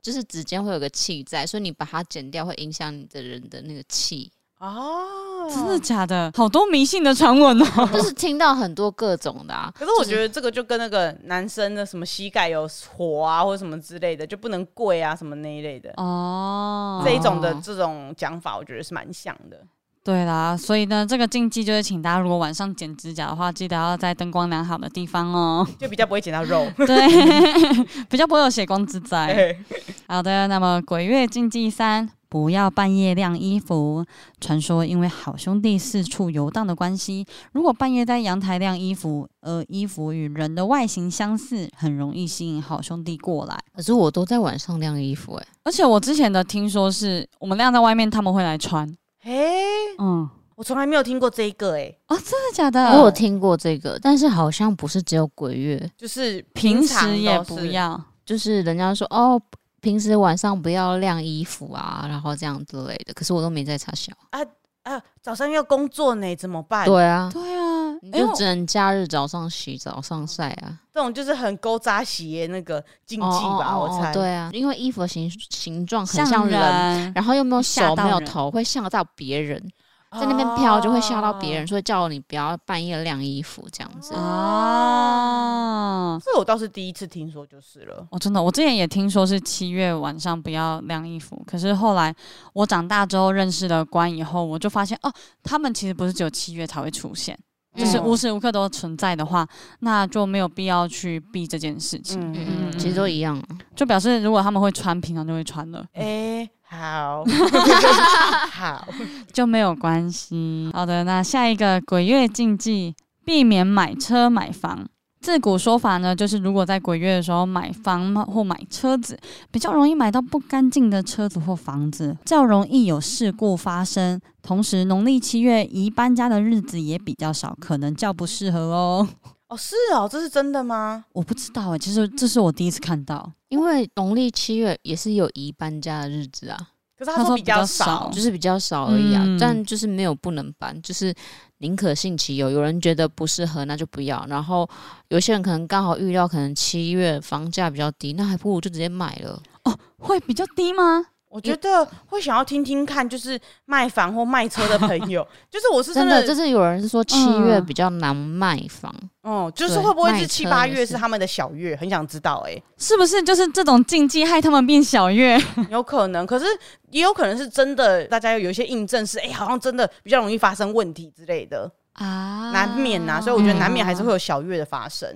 Speaker 2: 就是指尖会有个气在，所以你把它剪掉会影响你的人的那个气。
Speaker 3: 哦，
Speaker 1: 真的。假的？好多迷信的传闻
Speaker 2: *laughs*
Speaker 1: 哦。
Speaker 2: 就是听到很多各种的啊，
Speaker 3: 可是我觉得这个就跟那个男生的什么膝盖有火啊，或者什么之类的，就不能跪啊什么那一类的，
Speaker 1: 哦，
Speaker 3: 这一种的这种讲法，我觉得是蛮像的。
Speaker 1: 对啦，所以呢，这个禁忌就是，请大家如果晚上剪指甲的话，记得要在灯光良好的地方
Speaker 3: *laughs*
Speaker 1: 哦。
Speaker 3: 就比较不会剪到
Speaker 2: *laughs*
Speaker 3: 肉。
Speaker 1: 对， *laughs* 比较不会有血光之灾。
Speaker 2: 哎
Speaker 3: *laughs* 对
Speaker 1: 好的，那么鬼月禁忌三，不要半夜晾衣服。传说因为好兄弟四处游荡的关系，如果半夜在阳台晾衣服，而衣服与人的外形相似，很容易吸引好兄弟过来。
Speaker 2: 可是我都在晚上晾衣服、欸，
Speaker 1: 而且我之前的听说是我们晾在外面，他们会来穿。
Speaker 3: 哎、
Speaker 1: 嗯，
Speaker 3: 我从来没有听过这一个哎、
Speaker 1: 哦，真的假的？
Speaker 3: 嗯
Speaker 2: 我有听过这个，但是好像不是只有鬼月，
Speaker 3: 就是
Speaker 1: 平
Speaker 3: 常
Speaker 1: 时也
Speaker 3: 都
Speaker 1: 不
Speaker 3: 是
Speaker 1: 要。
Speaker 2: 就是人家说哦，平时晚上不要晾衣服啊，然后这样之类的。可是我都没在插小。
Speaker 3: 啊，早上要工作呢，怎么办？
Speaker 2: 对啊，
Speaker 1: 对啊，
Speaker 2: 你
Speaker 3: 哎
Speaker 1: 因为
Speaker 2: 就只能假日早上洗，早上晒啊，
Speaker 3: 这种就是很勾扎鞋那个禁忌吧，我猜。
Speaker 2: 对啊，因为衣服的形形状很
Speaker 1: 像
Speaker 2: 像人，
Speaker 1: 人，
Speaker 2: 然后又没有
Speaker 1: 吓
Speaker 2: 手
Speaker 1: 到
Speaker 2: 没有
Speaker 1: 人
Speaker 2: 头，会吓到别人。
Speaker 3: 哦，
Speaker 2: 在那边飘就会吓到别
Speaker 3: 啊
Speaker 2: 人，所以叫你不要半夜晾衣服这样
Speaker 1: 嗯
Speaker 2: 子。哦
Speaker 1: 啊。
Speaker 3: 这我倒是第一次听说，就是了。
Speaker 1: 我真的，我之前也听说是七月晚上不要晾衣服，可是后来我长大之后认识了关以后，我就发现哦，他们其实不是只有七月才会出现，就是
Speaker 3: 嗯
Speaker 1: 无时无刻都存在的话，那就没有必要去避这件事情。
Speaker 2: 嗯，其实都一样啊。
Speaker 1: 就表示如果他们会穿，平常就会穿了，
Speaker 3: 哎、
Speaker 2: *laughs*
Speaker 3: 好好，
Speaker 1: 就没有关系。好的，那下一个鬼月禁忌，避免买车买房。自古说法呢，就是如果在鬼月的时候买房嗯或买车子，比较容易买到不干净的车子或房子，较容易有事故发生。同时，农历七月宜搬家的日子也比较少，可能较不适合哦。
Speaker 3: 哦是哦，这是真的吗？
Speaker 1: 我不知道哎、其实这是我第一次看到。
Speaker 2: 因为农历七月也是有宜搬家的日子啊，
Speaker 3: 可是
Speaker 1: 他说
Speaker 3: 说
Speaker 1: 比较
Speaker 3: 较
Speaker 1: 少
Speaker 2: 就是比较少而已啊，
Speaker 1: 嗯
Speaker 2: 但就是没有不能搬，就是宁可信其有。有人觉得不适合，那就不要。然后有些人可能刚好预料，可能七月房价比较低，那还不如就直接买了。
Speaker 1: 哦会比较低吗？
Speaker 3: 我觉得会想要听听看，就是卖房或卖车的朋
Speaker 2: *laughs*
Speaker 3: 友，就是我是
Speaker 2: 真
Speaker 3: 真
Speaker 2: 的，
Speaker 3: 的，
Speaker 2: 就是有人是说七月
Speaker 1: 嗯
Speaker 2: 比较难卖房，
Speaker 3: 哦、就是
Speaker 2: 对
Speaker 3: 会不会
Speaker 2: 卖
Speaker 3: 是七
Speaker 2: 车
Speaker 3: 八
Speaker 2: 也
Speaker 3: 月
Speaker 2: 是
Speaker 3: 是他们的小月？很想知道哎、
Speaker 1: 是不是就是这种禁忌害他们变小月？
Speaker 3: 有可能，可是也有可能是真的，大家有一些印证是，哎、好像真的比较容易发生问题之类的，
Speaker 1: 啊
Speaker 3: 难免呐、所以我觉得难免还
Speaker 1: 嗯
Speaker 3: 是会有小月的发生。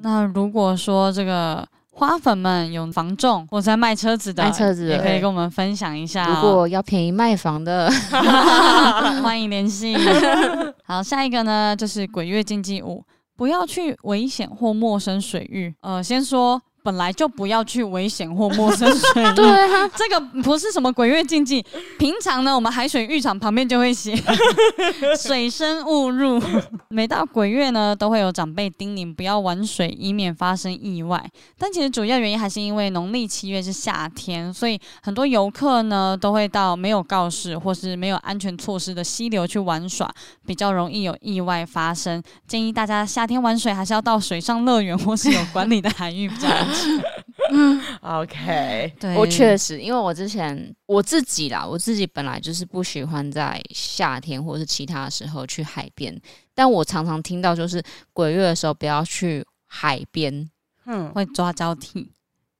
Speaker 1: 那如果说这个花粉们有房仲或者在卖车子的，
Speaker 2: 卖车子的
Speaker 1: 也可以跟我们分享一下
Speaker 2: 如
Speaker 1: 哦、
Speaker 2: 果要便宜卖房的，
Speaker 1: *laughs* 欢迎联
Speaker 2: *laughs*
Speaker 1: 系。好，下一个呢就是鬼月禁忌五，不要去危险或陌生水域。呃，先说本来就不要去危险或陌生水域。
Speaker 2: *laughs* 对啊，
Speaker 1: 这个不是什么鬼月禁忌，平常呢，我们海水浴场旁边就会
Speaker 2: *laughs*
Speaker 1: 写水深勿入。每到鬼月呢，都会有长辈叮咛不要玩水，以免发生意外。但其实主要原因还是因为农历七月是夏天，所以很多游客呢都会到没有告示或是没有安全措施的溪流去玩耍，比较容易有意外发生。建议大家夏天玩水还是要到水上乐园或是有管理的海域比较安全。
Speaker 3: OK，
Speaker 1: *laughs* 对，
Speaker 2: 我确实，因为我之前我自己啦，我自己本来就是不喜欢在夏天或是其他时候去海边，但我常常听到就是鬼月的时候不要去海边，
Speaker 3: 嗯，
Speaker 1: 会抓交替。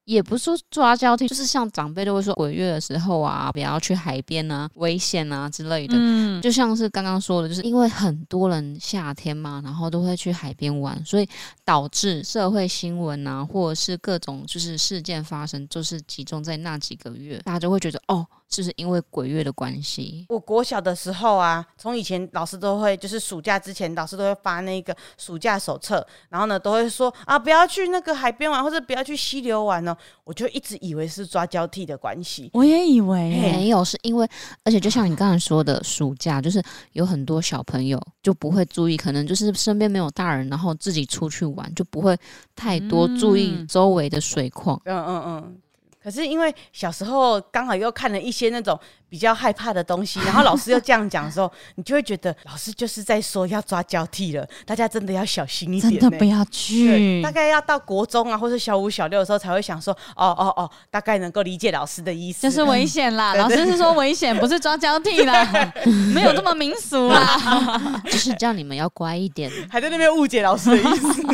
Speaker 2: 也不是说抓交替，就是像长辈都会说鬼月的时候啊，不要去海边啊，危险啊之类的。
Speaker 1: 嗯，
Speaker 2: 就像是刚刚说的，就是因为很多人夏天嘛，然后都会去海边玩，所以导致社会新闻啊，或者是各种就是事件发生，就是集中在那几个月，大家就会觉得哦，是不是因为鬼月的关系？
Speaker 3: 我国小的时候啊，从以前老师都会，就是暑假之前，老师都会发那个暑假手册，然后呢，都会说啊，不要去那个海边玩，或者不要去溪流玩哦。我就一直以为是抓交替的关系，
Speaker 1: 我也以为欸、
Speaker 3: 嘿
Speaker 2: 没有，是因为，而且就像你刚才说的，暑假就是有很多小朋友就不会注意，可能就是身边没有大人，然后自己出去玩就不会太多注意
Speaker 1: 嗯
Speaker 2: 周围的水况。
Speaker 3: 嗯嗯嗯。可是因为小时候刚好又看了一些那种比较害怕的东西，然后老师又这样讲的时候，你就会觉得老师就是在说要抓交替了，大家真的要小心一点、
Speaker 1: 真
Speaker 3: 呢。
Speaker 1: 的不要
Speaker 3: 对，
Speaker 1: 去
Speaker 3: 大。概要到国中啊，或者小五、小六的时候才会想说，哦哦哦，大概能够理解老师的意思。
Speaker 1: 就是危险啦，
Speaker 3: 对
Speaker 1: 老
Speaker 3: 对
Speaker 1: 师是说危险，不是抓交替
Speaker 3: *laughs*
Speaker 1: 啦，没有这么民俗啦。
Speaker 2: 就是叫你们要乖一点。
Speaker 3: 还在那边误解老师的意
Speaker 1: *laughs*
Speaker 3: 思。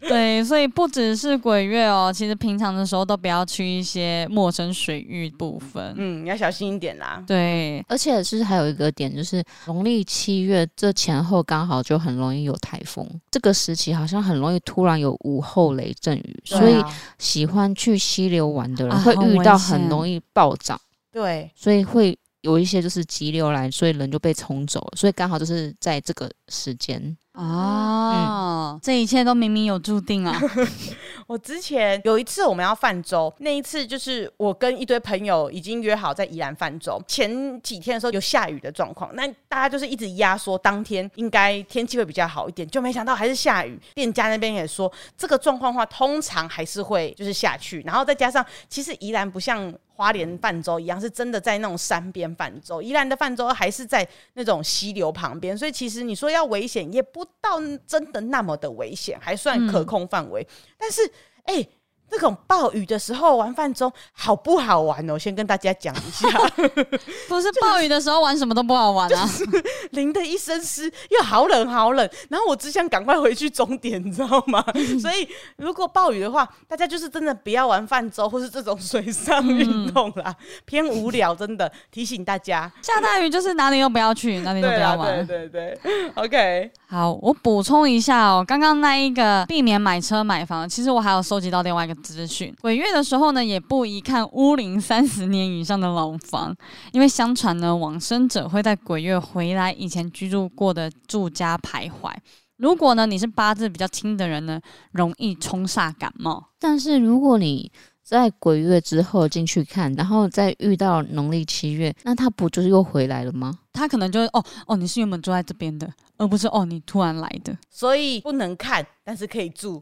Speaker 1: 对，所以不只是鬼月哦，其实平常的时候都不要去一些陌生水域部分。
Speaker 3: 嗯，你要小心一点啦。
Speaker 1: 对，
Speaker 2: 而且是还有一个点，就是农历七月这前后刚好就很容易有台风，这个时期好像很容易突然有午后雷阵雨，
Speaker 3: 对啊
Speaker 2: 所以喜欢去溪流玩的人
Speaker 1: 啊
Speaker 2: 会
Speaker 1: 好
Speaker 2: 遇
Speaker 1: 危
Speaker 2: 到
Speaker 1: 险
Speaker 2: 很容易暴涨，
Speaker 3: 对，
Speaker 2: 所以会有一些就是急流来，所以人就被冲走了，所以刚好就是在这个时间。
Speaker 1: 哦，这一切都冥冥有注定啊。
Speaker 3: 我之前有一次我们要泛舟，那一次就是我跟一堆朋友已经约好在宜兰泛舟。前几天的时候有下雨的状况，那大家就是一直压缩，当天应该天气会比较好一点，就没想到还是下雨。店家那边也说，这个状况的话，通常还是会就是下去，然后再加上其实宜兰不像。花莲泛舟一样是真的在那种山边泛舟，宜兰的泛舟还是在那种溪流旁边，所以其实你说要危险，也不到真的那么的危险，还算可控范围。但是，哎、那种暴雨的时候玩泛舟好不好玩哦？先跟大家讲一下，
Speaker 1: 不是暴雨的时候玩什么都不好玩啊，
Speaker 3: 淋的一身湿，又好冷好冷，然后我只想赶快回去终点，你知道
Speaker 1: *laughs*
Speaker 3: 吗？所以如果暴雨的话，大家就是真的不要玩泛舟或是这种水上运动啦，偏无聊，真的提醒大家。
Speaker 1: *laughs* 下大雨就是哪里都不要去，哪里都
Speaker 3: 对
Speaker 1: 不要
Speaker 3: 啦，
Speaker 1: 玩
Speaker 3: 对。啊对对，OK，
Speaker 1: 好，我补充一下哦，刚刚那一个避免买车买房，其实我还有收集到另外一个资讯。鬼月的时候呢，也不宜看屋龄三十年以上的老房，因为相传呢，往生者会在鬼月回来以前居住过的住家徘徊。如果呢你是八字比较轻的人呢，容易冲煞感冒。
Speaker 2: 但是如果你在鬼月之后进去看，然后再遇到农历七月，那他不就是又回来了吗？
Speaker 1: 他可能就会哦哦，你是原本住在这边的，而不是哦你突然来的。
Speaker 3: 所以不能看，但是可以
Speaker 1: *laughs*
Speaker 3: 住，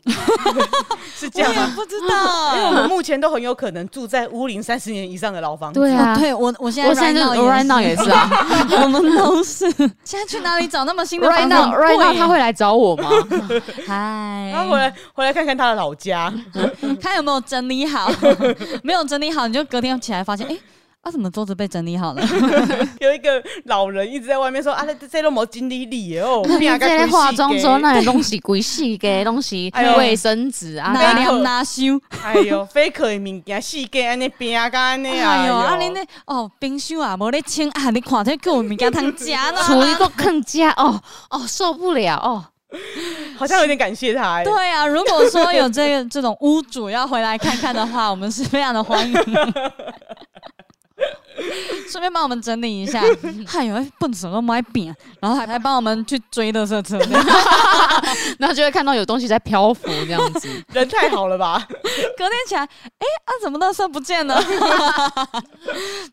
Speaker 3: 是这样
Speaker 1: 我也
Speaker 3: 吗？
Speaker 1: 不知
Speaker 3: 因为
Speaker 1: 道。
Speaker 3: 我们目前都很有可能住在屋龄三十年以上的老房子。
Speaker 2: 对啊
Speaker 1: 哦对我，我现在
Speaker 2: 我现在就
Speaker 1: right now 也
Speaker 2: right now 也是啊。
Speaker 1: *laughs* 我们都是。现在去哪里找那么新的房
Speaker 2: Right
Speaker 1: 子
Speaker 2: now, right now，他
Speaker 1: 会
Speaker 2: 会来找我吗？
Speaker 3: 然后回
Speaker 1: 嗨，
Speaker 3: 来回来看看他的老家，
Speaker 1: 他有没有整理好？没有整理好，你就隔天起来发现，哎、啊，怎么桌子被整理好了？
Speaker 3: *laughs* 有一个老人一直在外面说啊，这这都没经理理耶
Speaker 1: *laughs*
Speaker 3: 哦，
Speaker 2: 那边在化妆之后，
Speaker 3: 妆
Speaker 2: 那里弄洗鬼洗给弄洗
Speaker 3: *laughs* 哎呦
Speaker 2: 卫生纸啊，
Speaker 1: 拿量拿修，
Speaker 3: *laughs* 哎呦，非可以物件，细给安尼变啊，安尼啊，
Speaker 1: *laughs* 哎呦，啊
Speaker 3: 哎
Speaker 1: 你
Speaker 3: 呦
Speaker 1: 那哦冰箱啊，无咧清啊，你看这个物件通食
Speaker 2: 厨余
Speaker 1: 啦。
Speaker 2: 都更加哦哦受不了哦，
Speaker 3: 好像有点感谢他哎。
Speaker 1: 对啊，如果说有这个这种屋主要回来看看的话，我们是非常的欢迎。顺便帮我们整理一下，哎呦，笨手都没饼，然后还还帮我们去追垃圾车。
Speaker 2: 然后就会看到有东西在漂浮这样子。
Speaker 3: 人太好了吧？ *laughs*
Speaker 1: 隔天起来，哎、啊，怎么垃圾不见了？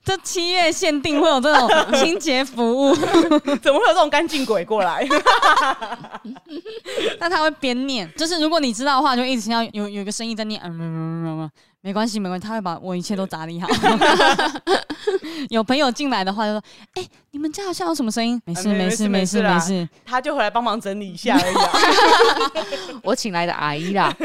Speaker 1: 这七月限定会有这种清洁服务，
Speaker 3: 怎么会有这种干净鬼过来？ *laughs*
Speaker 1: *laughs* 但他会边念，就是如果你知道的话，就一直听到有有一个声音在念，嗯，嗯嗯嗯嗯没关系，没关系，他会把我一切都打理好。有朋友进来的话，就说，哎、你们家好像有什么声音？没事，
Speaker 3: 啊没
Speaker 1: 没事，
Speaker 3: 没
Speaker 1: 没
Speaker 3: 事
Speaker 1: 事，
Speaker 3: 没
Speaker 1: 没
Speaker 3: 事
Speaker 1: 事。
Speaker 3: 他就回来帮忙整理一下而已、啊。
Speaker 1: *laughs*
Speaker 2: 我请来的阿姨
Speaker 3: *laughs*
Speaker 2: 啦，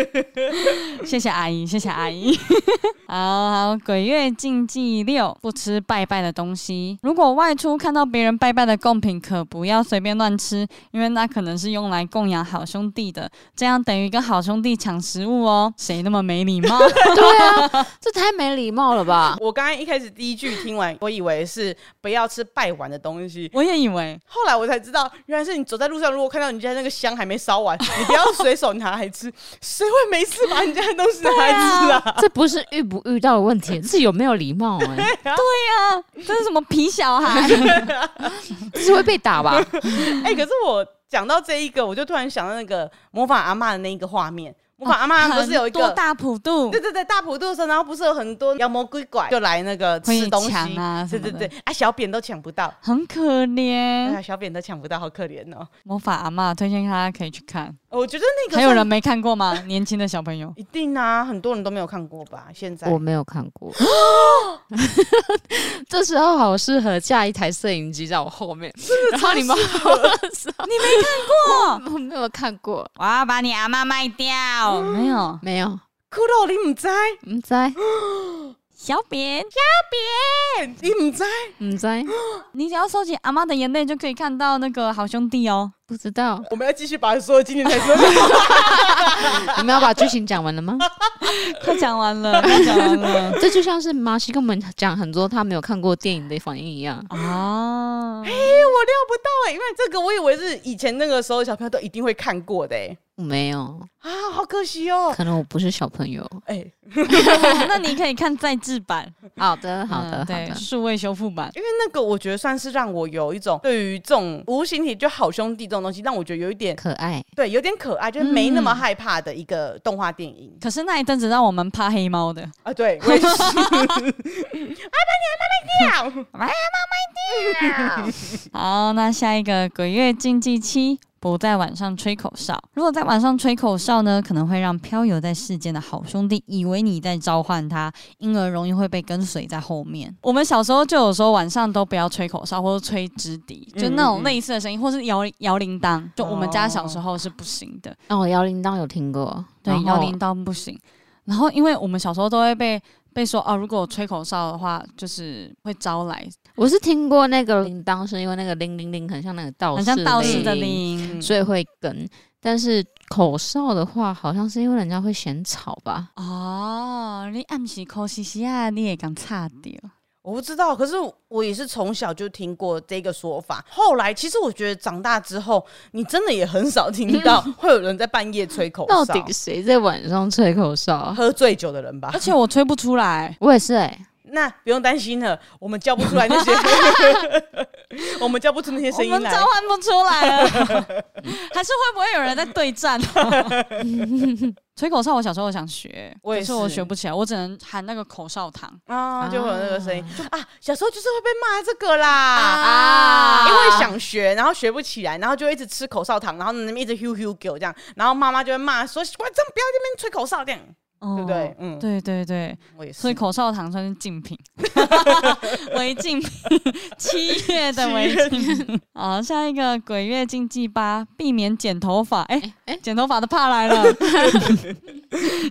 Speaker 1: 谢谢阿姨，谢谢阿姨。 *laughs* 好好，鬼月禁忌六，不吃拜拜的东西。如果外出看到别人拜拜的贡品，可不要随便乱吃，因为那可能是用来供养好兄弟的，这样等于跟好兄弟抢食物哦。谁那么没礼貌？ *laughs*
Speaker 2: 对啊，这太没礼貌了吧？
Speaker 3: 我刚刚一开始第一句听完，我以为是不要吃拜完的东西，
Speaker 1: 我也以为
Speaker 3: 后来我才知道，原来是你走在路上，如果看到你家那个香还没烧完，你不要随手拿来吃，谁会没事把你家的东西拿来吃啊？
Speaker 2: 这不是遇不遇到的问题，这是有没有礼貌
Speaker 3: *laughs*
Speaker 2: 哎、
Speaker 1: 啊，这是什么皮小孩？
Speaker 2: 这是会被打吧？
Speaker 3: *laughs* 哎、可是我讲到这一个，我就突然想到那个模仿阿嬷的那一个画面，模仿阿嬷不是有一
Speaker 1: 哦很
Speaker 3: 个
Speaker 1: 多。大普渡
Speaker 3: 对，对对，大普渡的时候，然后不是有很多妖魔鬼怪就来那个吃东西
Speaker 1: 会抢啊
Speaker 3: 对
Speaker 1: 什
Speaker 3: 对
Speaker 1: 么的嗯
Speaker 3: 对，啊，小扁都抢不到，
Speaker 1: 很可
Speaker 3: 哎
Speaker 1: 怜
Speaker 3: 呀，。小扁都抢不到，好可怜哦。
Speaker 1: 魔法阿嬷推荐大家可以去看，
Speaker 3: 我觉得那个
Speaker 1: 还有
Speaker 3: 算
Speaker 1: 人没看过吗？ *laughs* 年轻的小朋友。
Speaker 3: 一定啊，很多人都没有看过吧？现在
Speaker 2: 我没有看
Speaker 3: *laughs*
Speaker 2: 过。这时候好适合架一台摄影机在我后面，然后你们好的时候，
Speaker 1: 哇，
Speaker 2: *laughs* 我没有看过，
Speaker 1: 我要把你阿嬷卖掉。 *gasps* 没有，
Speaker 2: 没有，
Speaker 3: 骷髅你唔知，
Speaker 2: 唔知，
Speaker 1: 小扁，
Speaker 3: 你唔知，
Speaker 2: 唔知，
Speaker 1: 你只要收集阿妈的眼泪，就可以看到那个好兄弟哦。
Speaker 2: 不知道。
Speaker 3: 我们要继续把所有经典台词 *laughs*
Speaker 2: 你们要把剧情讲完了吗？
Speaker 1: 快讲完了，快讲完
Speaker 2: *laughs*
Speaker 1: 了
Speaker 2: 这就像是马西跟我们讲很多他没有看过电影的反应一样。
Speaker 1: 啊！
Speaker 3: 我料不到哎、因为这个我以为是以前那个时候小朋友都一定会看过的哎、
Speaker 2: 我没有，
Speaker 3: 啊，好可惜哦、
Speaker 2: 可能我不是小朋友。
Speaker 3: 哎、
Speaker 1: 那你可以看再制版，
Speaker 2: 好的，好
Speaker 1: 嗯
Speaker 2: 的，好
Speaker 1: 对，
Speaker 2: 的。
Speaker 1: 数位修复版。
Speaker 3: 因为那个我觉得算是让我有一种对于这种无形体就好兄弟这种东西，让我觉得有一点
Speaker 2: 可爱，
Speaker 3: 对，有点可爱，就是没那么害怕的一个动画电影、
Speaker 1: 可是那一阵子让我们怕黑猫的，
Speaker 3: 啊。 *laughs* 对，我也是啊，把你妈妈掉，
Speaker 1: 好，那下一个鬼月禁忌期，不在晚上吹口哨。如果在晚上吹口哨呢，可能会让漂游在世间的好兄弟以为你在召唤他，因而容易会被跟随在后面。我们小时候就有说晚上都不要吹口哨或者吹直笛，
Speaker 2: 嗯
Speaker 1: 就那种类似的声音，或是摇摇铃铛。就我们家小时候是不行的，
Speaker 2: 哦，摇铃铛有听过，
Speaker 1: 对，
Speaker 2: 然后
Speaker 1: 摇铃铛不行。然后，因为我们小时候都会被被说哦，如果吹口哨的话，就是会招来，
Speaker 2: 我是听过那个铃铛，是因为那个铃铃铃很像那个道士，
Speaker 1: 很像道士的
Speaker 2: 铃，
Speaker 1: 铃。
Speaker 2: 所以会跟。但是口哨的话，好像是因为人家会嫌吵吧？
Speaker 1: 哦，你暗时哭嘻嘻啊，你也敢差掉？
Speaker 3: 我不知道，可是我也是从小就听过这个说法。后来，其实我觉得长大之后，你真的也很少听到会有人在半夜吹口哨，
Speaker 2: 到底谁在晚上吹口哨
Speaker 3: *laughs*
Speaker 2: 啊？，
Speaker 3: 喝醉酒
Speaker 1: *laughs*
Speaker 3: 的人吧
Speaker 1: 而。且我吹不出来
Speaker 2: 我也是哎、欸，
Speaker 3: 那不用担心了，我们叫不出来那些， *laughs* 我们叫不出那些
Speaker 1: 我
Speaker 3: 声音
Speaker 1: 们
Speaker 3: 来
Speaker 1: 召。唤不出来
Speaker 3: *laughs*
Speaker 1: 了，还是会不会有人在对战？ *laughs* 吹口哨，我小时候想学，
Speaker 3: 我也
Speaker 1: 可
Speaker 3: 是
Speaker 1: 是我学不起来，我只能喊那个口哨糖。
Speaker 3: 啊，就会有那个声音
Speaker 2: 啊
Speaker 3: 就啊，小时候就是会被骂这个啦。
Speaker 1: 啊
Speaker 3: 因为想学，然后学不起来，然后就一直吃口哨糖，然后那边一直呼呼给我这样，然后妈妈就会骂说：“我真不要这边吹口哨这样，
Speaker 1: 哦
Speaker 3: 对不对？”嗯，
Speaker 1: 对对对，
Speaker 3: 我也是。
Speaker 1: 所以口哨糖算是竞品，违禁品，七月的违禁品。好，下一个鬼月禁忌八，避免剪头发。哎、剪头发的怕来了，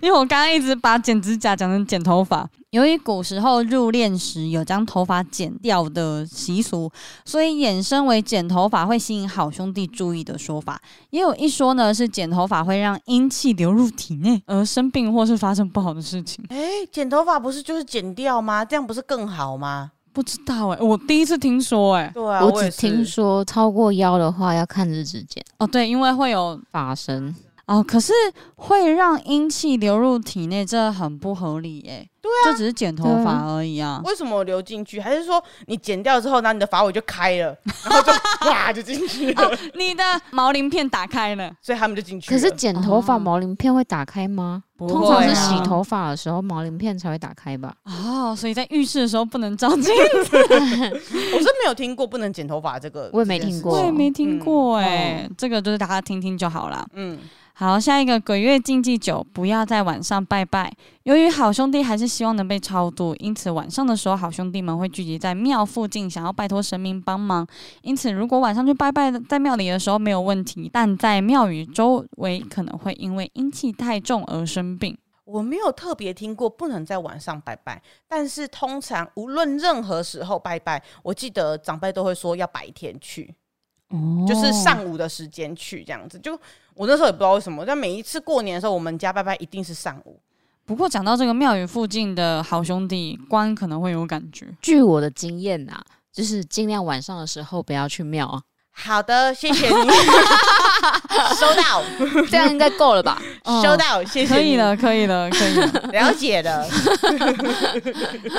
Speaker 1: 因为我刚刚一直把剪指甲讲成剪头发。由于古时候入殓时有将头发剪掉的习俗，所以衍生为剪头发会吸引好兄弟注意的说法。也有一说呢，是剪头发会让阴气流入体内，而生病或是发生不好的事情。
Speaker 3: 哎，剪头发不是就是剪掉吗？这样不是更好吗？
Speaker 1: 不知道哎、我第一次听说哎、
Speaker 3: 对啊，我
Speaker 2: 只
Speaker 3: 也是
Speaker 2: 听说超过腰的话要看日指尖
Speaker 1: 哦，对，因为会有
Speaker 2: 发生。
Speaker 1: 哦，可是会让阴气流入体内，这很不合理哎、
Speaker 3: 对
Speaker 1: 就只是剪头发而已啊。
Speaker 3: 为什么流进去？还是说你剪掉之后，然后你的发尾就开了，然后就哇就进去了，
Speaker 1: 你的毛鳞片打开了，
Speaker 3: 所以他们就进去
Speaker 2: 可
Speaker 3: 了。
Speaker 2: 是剪头发
Speaker 1: 哦
Speaker 2: 毛鳞片会打开吗？
Speaker 3: 不
Speaker 2: 通常
Speaker 3: 会
Speaker 2: 是
Speaker 3: 啊
Speaker 2: 洗头发的时候毛鳞片才会打开吧？
Speaker 1: 哦，所以在浴室的时候不能照镜子。
Speaker 3: 我是没有听过不能剪头发这个，
Speaker 2: 我也没
Speaker 3: 这件事
Speaker 2: 听
Speaker 1: 我
Speaker 2: 过
Speaker 1: 也没听过哎、
Speaker 2: 嗯
Speaker 1: 这个就是大家听听就好啦。
Speaker 3: 嗯，
Speaker 1: 好，下一个鬼月禁忌酒，不要在晚上拜拜。由于好兄弟还是希望能被超度，因此晚上的时候，好兄弟们会聚集在庙附近，想要拜托神明帮忙。因此，如果晚上去拜拜的，在庙里的时候没有问题，但在庙宇周围可能会因为阴气太重而生病。
Speaker 3: 我没有特别听过不能在晚上拜拜，但是通常无论任何时候拜拜，我记得长辈都会说要白天去，
Speaker 1: 哦
Speaker 3: 就是上午的时间去这样子。就我那时候也不知道为什么，但每一次过年的时候，我们家拜拜一定是上午。
Speaker 1: 不过讲到这个庙宇附近的好兄弟关，可能会有感觉。
Speaker 2: 据我的经验呐、就是尽量晚上的时候不要去庙啊，
Speaker 3: 好的，谢谢你， *laughs* 收到，
Speaker 2: 这样应该够了吧？
Speaker 1: 哦
Speaker 3: 收到，谢谢
Speaker 1: 可以
Speaker 3: 你，
Speaker 1: 了，可以 *laughs* 了，可以了。
Speaker 3: 了解了。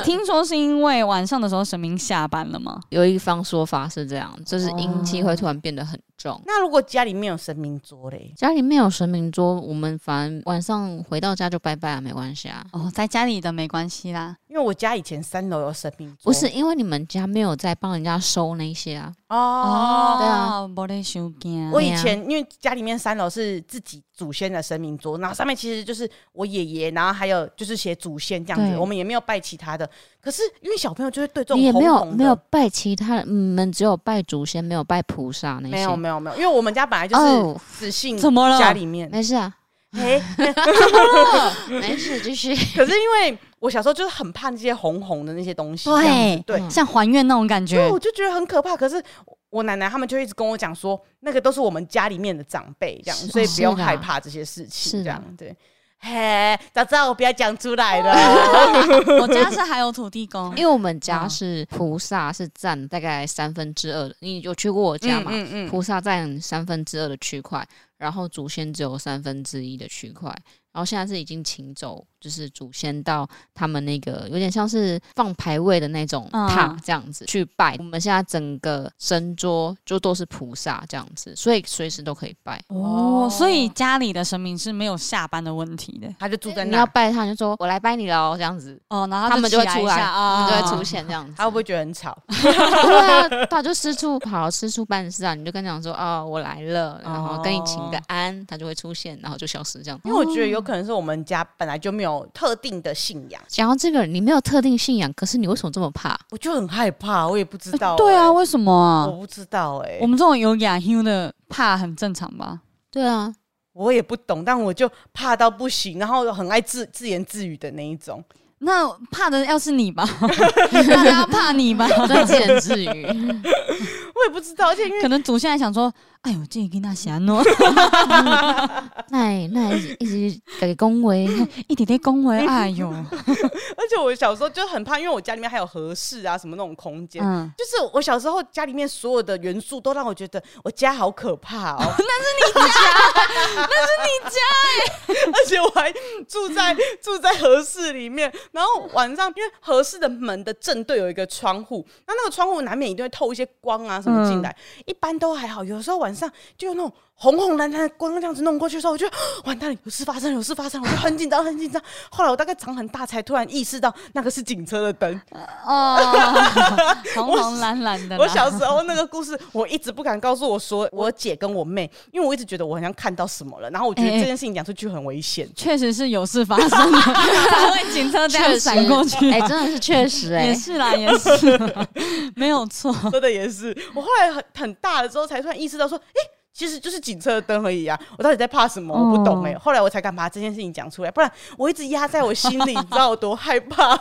Speaker 1: 听说是因为晚上的时候神明下班了吗？
Speaker 2: 有一方说法是这样，就是阴气会突然变得很重。
Speaker 3: 那如果家里面有神明桌嘞，
Speaker 2: 家里面有神明桌，我们反正晚上回到家就拜拜啊，没关系啊。
Speaker 1: 哦，在家里的没关系啦。
Speaker 3: 因为我家以前三楼有神明
Speaker 2: 不
Speaker 3: 桌，
Speaker 2: 是因为你们家没有在帮人家收那些啊，
Speaker 3: 哦。
Speaker 2: 对
Speaker 1: 啊
Speaker 2: 啊，
Speaker 1: 没得收惊。
Speaker 3: 我
Speaker 2: 也
Speaker 3: 以前因为家里面三楼是自己祖先的神明桌，然后上面其实就是我爷爷，然后还有就是写祖先这样子，
Speaker 1: 对
Speaker 3: 我们也没有拜其他的。可是因为小朋友就会对这
Speaker 2: 你也
Speaker 3: 种
Speaker 2: 没
Speaker 3: 红
Speaker 2: 有
Speaker 3: 红的
Speaker 2: 没有拜其他人，嗯你们只有拜祖先，没有拜菩萨那些。
Speaker 3: 没有没有没有，因为我们家本来就是
Speaker 2: 哦，
Speaker 3: 死性
Speaker 1: 怎么了
Speaker 3: 家里面
Speaker 2: 没事啊，
Speaker 3: 哎，
Speaker 2: *laughs* 没事，继续。
Speaker 3: 可是因为我小时候就是很怕那些红红的那些东西，这样
Speaker 1: 对
Speaker 3: 子对，
Speaker 2: 嗯
Speaker 1: 像还愿那种感
Speaker 3: 所以
Speaker 1: 觉
Speaker 3: 我就觉得很可怕。可是我奶奶他们就一直跟我讲说，那个都是我们家里面的长辈，这样，
Speaker 2: 是哦
Speaker 3: 所以不用
Speaker 2: 是的啊
Speaker 3: 害怕这些事情，
Speaker 2: 是的啊
Speaker 3: 这样对。嘿，早知道我不要讲出
Speaker 2: *laughs*
Speaker 3: 来了。
Speaker 1: *laughs* 我家是还有土地公，
Speaker 2: 因为我们家
Speaker 1: 哦
Speaker 2: 是菩萨是占大概三分之二的，你有去过我家吗？
Speaker 3: 嗯
Speaker 2: 菩萨占三分之二的区块，然后祖先只有三分之一的区块，然后现在是已经请走，就是祖先到他们那个有点像是放牌位的那种
Speaker 1: 嗯
Speaker 2: 塔这样子、去拜。我们现在整个神桌就都是菩萨这样子，所以随时都可以拜。
Speaker 1: 哦，
Speaker 3: 哦
Speaker 1: 所以家里的神明是没有下班的问题的。
Speaker 3: 他就住在
Speaker 2: 你要
Speaker 3: 那，
Speaker 2: 拜他，你就说我来拜你喽，这样子，
Speaker 1: 哦，然后
Speaker 2: 他们就会出来，
Speaker 1: 啊，
Speaker 2: 他们就会出现这样子。
Speaker 3: 他会不会觉得很吵？
Speaker 2: 对啊，他就吃醋跑吃醋办事啊，你就跟他讲说哦，我来了，然后跟你请个
Speaker 1: 哦
Speaker 2: 安，他就会出现，然后就消失这样。
Speaker 3: 因为我觉得有可能是我们家本来就没有特定的信仰，
Speaker 2: 讲到这个，你没有特定信仰，可是你为什么这么怕？
Speaker 3: 我就很害怕，我也不知道、
Speaker 1: 哎对啊，
Speaker 3: 哎
Speaker 1: 为什么
Speaker 3: 我
Speaker 1: 啊？
Speaker 3: 不知道哎、
Speaker 1: 我们这种有雅 Q 的怕很正常吧？
Speaker 2: 对啊，
Speaker 3: 我也不懂，但我就怕到不行，然后很爱自自言自语的那一种。 *laughs*
Speaker 1: 那怕的要是你吧，大家怕你吧？
Speaker 2: 对，自言自语。
Speaker 3: 我也不知道，而且因为
Speaker 1: 可能祖先还想说，哎呦，这跟那啥喏，
Speaker 2: 那那一直一直给恭 *laughs* 维，
Speaker 1: *laughs* 一点点恭维，哎呦，
Speaker 3: 而且我小时候就很怕，因为我家里面还有和室啊什么那种空间。
Speaker 1: 嗯，
Speaker 3: 就是我小时候家里面所有的元素都让我觉得我家好可怕哦，那是你家，那是你家哎、而且我还住
Speaker 1: *laughs*
Speaker 3: 在住在和室里面，然后晚上因为和室的门的正对有一个窗户，那那个窗户难免一定会透一些光啊什么进来，
Speaker 1: 嗯
Speaker 3: 一般都还好，有时候晚上就有那种红红蓝蓝的光这样子弄过去的时候，我就 *gasps* 完蛋了，有事发生，有事发生，我就很紧张很紧张。后来我大概长很大才突然意识到那个是警车的灯，
Speaker 1: 啊 *laughs* 哦，红红蓝蓝的啦，
Speaker 3: 我小时候那个故事，我一直不敢告诉我说我姐跟我妹，因为我一直觉得我好像看到什么了，然后我觉得
Speaker 1: 哎哎
Speaker 3: 这件事情讲出去很危险。
Speaker 1: 确实是有事发生的，才会警车这样闪过去。
Speaker 2: 哎，真的是确实哎
Speaker 1: *laughs* 也，是啦，也是啦，没有错。
Speaker 3: *laughs* 真的也是，我后来很很大了之后才突然意识到说，诶，其实就是警车的灯而已啊！我到底在怕什
Speaker 1: 哦
Speaker 3: 么？我不懂哎、后来我才敢把这件事情讲出来，不然我一直压在我心
Speaker 1: *laughs*
Speaker 3: 里，你知道我多害怕。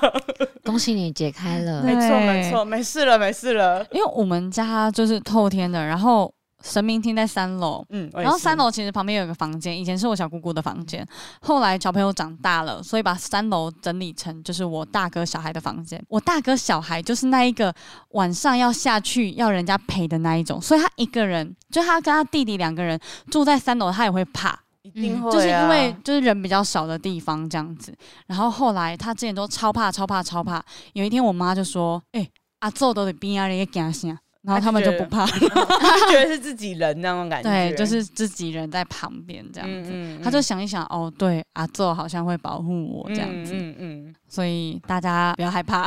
Speaker 2: 恭喜你解开了
Speaker 1: 对
Speaker 3: 没错，没错，没事了，没事了。
Speaker 1: *laughs* 因为我们家就是透天的，然后神明厅在三楼，
Speaker 3: 嗯，我也
Speaker 1: 然后
Speaker 3: 是
Speaker 1: 三楼其实旁边有一个房间，以前是我小姑姑的房间，后来小朋友长大了，所以把三楼整理成就是我大哥小孩的房间。我大哥小孩就是那一个晚上要下去要人家陪的那一种，所以他一个人，就他跟他弟弟两个人住在三楼，他也会怕。
Speaker 3: 一定
Speaker 2: 嗯
Speaker 3: 会、啊
Speaker 1: 就是因为就是人比较少的地方这样子。然后后来他之前都超怕、超怕、超怕。有一天我妈就说：“哎、阿宙都得边啊那个惊吓。”然后他们就不怕，
Speaker 3: 觉得是自己人那种感觉，
Speaker 1: *laughs* 对，就是自己人在旁边这样子。
Speaker 3: 嗯
Speaker 1: 他就想一想，哦，对，阿宙好像会保护我这样子，
Speaker 3: 嗯嗯
Speaker 1: 所以大家不要害
Speaker 3: *laughs*
Speaker 1: 怕。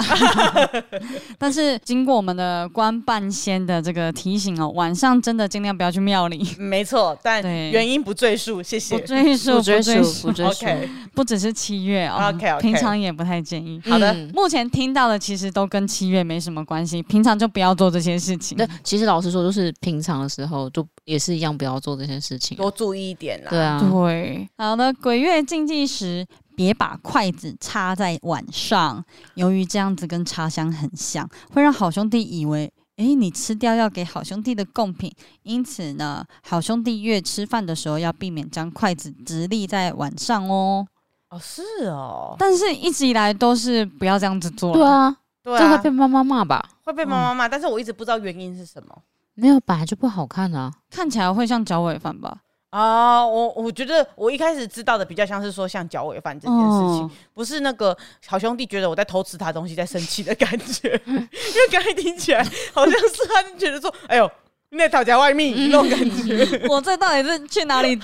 Speaker 1: 但是经过我们的官半仙的这个提醒哦，晚上真的尽量不要去庙里，
Speaker 3: 嗯，没错，但
Speaker 1: 对
Speaker 3: 原因不赘述，谢谢
Speaker 1: 不。追溯，
Speaker 2: 不追
Speaker 1: 不追
Speaker 2: 溯，
Speaker 1: 溯
Speaker 2: 不追溯。
Speaker 3: *laughs* OK，
Speaker 1: 不只是七月哦
Speaker 3: OK，OK
Speaker 1: 平常也不太建议。
Speaker 3: 好的
Speaker 2: 嗯
Speaker 1: 目前听到的其实都跟七月没什么关系，平常就不要做这些事情。
Speaker 2: 对，其实老实说，就是平常的时候就也是一样，不要做这件事情。啊
Speaker 3: 多注意一点啦。
Speaker 2: 对啊，
Speaker 1: 对，好的，鬼月禁忌时。别把筷子插在碗上，由于这样子跟插香很像，会让好兄弟以为，诶，你吃掉要给好兄弟的贡品。因此呢，好兄弟越吃饭的时候要避免将筷子直立在碗上哦。
Speaker 3: 哦，是哦，
Speaker 1: 但是一直以来都是不要这样子做。
Speaker 2: 对，啊，
Speaker 3: 对
Speaker 2: 这
Speaker 3: 啊，
Speaker 2: 会被妈妈骂吧？
Speaker 3: 会被妈
Speaker 1: 嗯
Speaker 3: 妈骂，但是我一直不知道原因是什么。
Speaker 2: 没有，本来就不好看啊。
Speaker 1: 看起来会像脚尾饭吧？
Speaker 3: 啊，我我觉得我一开始知道的比较像是说像脚尾饭这件事情，
Speaker 1: 哦
Speaker 3: 不是那个好兄弟觉得我在偷吃他东西在生气的感觉， *laughs* 因为刚才听起来好像是他觉得说，哎呦，你在讨价外蜜那种感觉，
Speaker 1: 我这到底是去哪里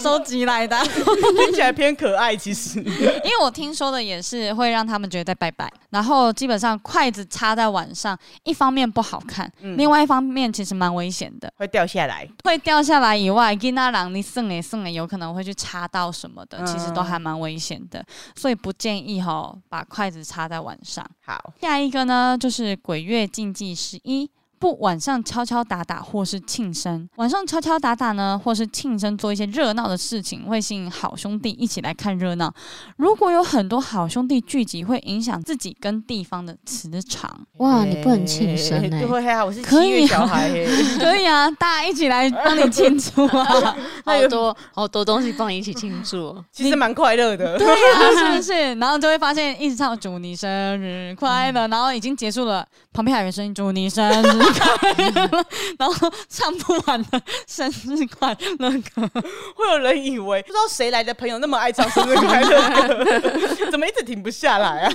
Speaker 1: 收集来的啊？
Speaker 3: 听起来偏可爱。其实， *laughs*
Speaker 1: 因为我听说的也是会让他们觉得在拜拜，然后基本上筷子插在碗上，一方面不好看，
Speaker 3: 嗯
Speaker 1: 另外一方面其实蛮危险的，
Speaker 3: 会掉下来，
Speaker 1: 会掉下来以外，给那郎你送诶送诶，有可能会去插到什么的，
Speaker 3: 嗯
Speaker 1: 其实都还蛮危险的，所以不建议哈、把筷子插在碗上。
Speaker 3: 好，
Speaker 1: 下一个呢，就是鬼月禁忌十一。不晚上敲敲打打或是庆生，晚上敲敲打打呢，或是庆生做一些热闹的事情，会吸引好兄弟一起来看热闹。如果有很多好兄弟聚集，会影响自己跟地方的磁场。
Speaker 2: 哇，你不能庆生
Speaker 3: 欸 *laughs*
Speaker 2: 哎、
Speaker 3: 对啊，我是
Speaker 1: 可
Speaker 3: 七
Speaker 1: 以
Speaker 3: 月小孩、欸，
Speaker 1: 可以啊，大家一起来帮你庆祝啊！
Speaker 3: 那
Speaker 2: 好
Speaker 3: 个
Speaker 2: 多好多东西帮你一起庆
Speaker 3: *laughs*
Speaker 2: 祝哦。
Speaker 3: 其实蛮快乐的。
Speaker 1: 对呀、是不是？ *laughs* 然后就会发现一直唱“祝你生日快
Speaker 2: 嗯
Speaker 1: 乐”，然后已经结束了，旁边还有人声音“祝你生日快乐”， *laughs* 然后唱不完的生日快乐歌。
Speaker 3: 会有人以为不知道谁来的朋友那么爱唱生日快乐歌， *laughs* 怎么一直停不下来啊？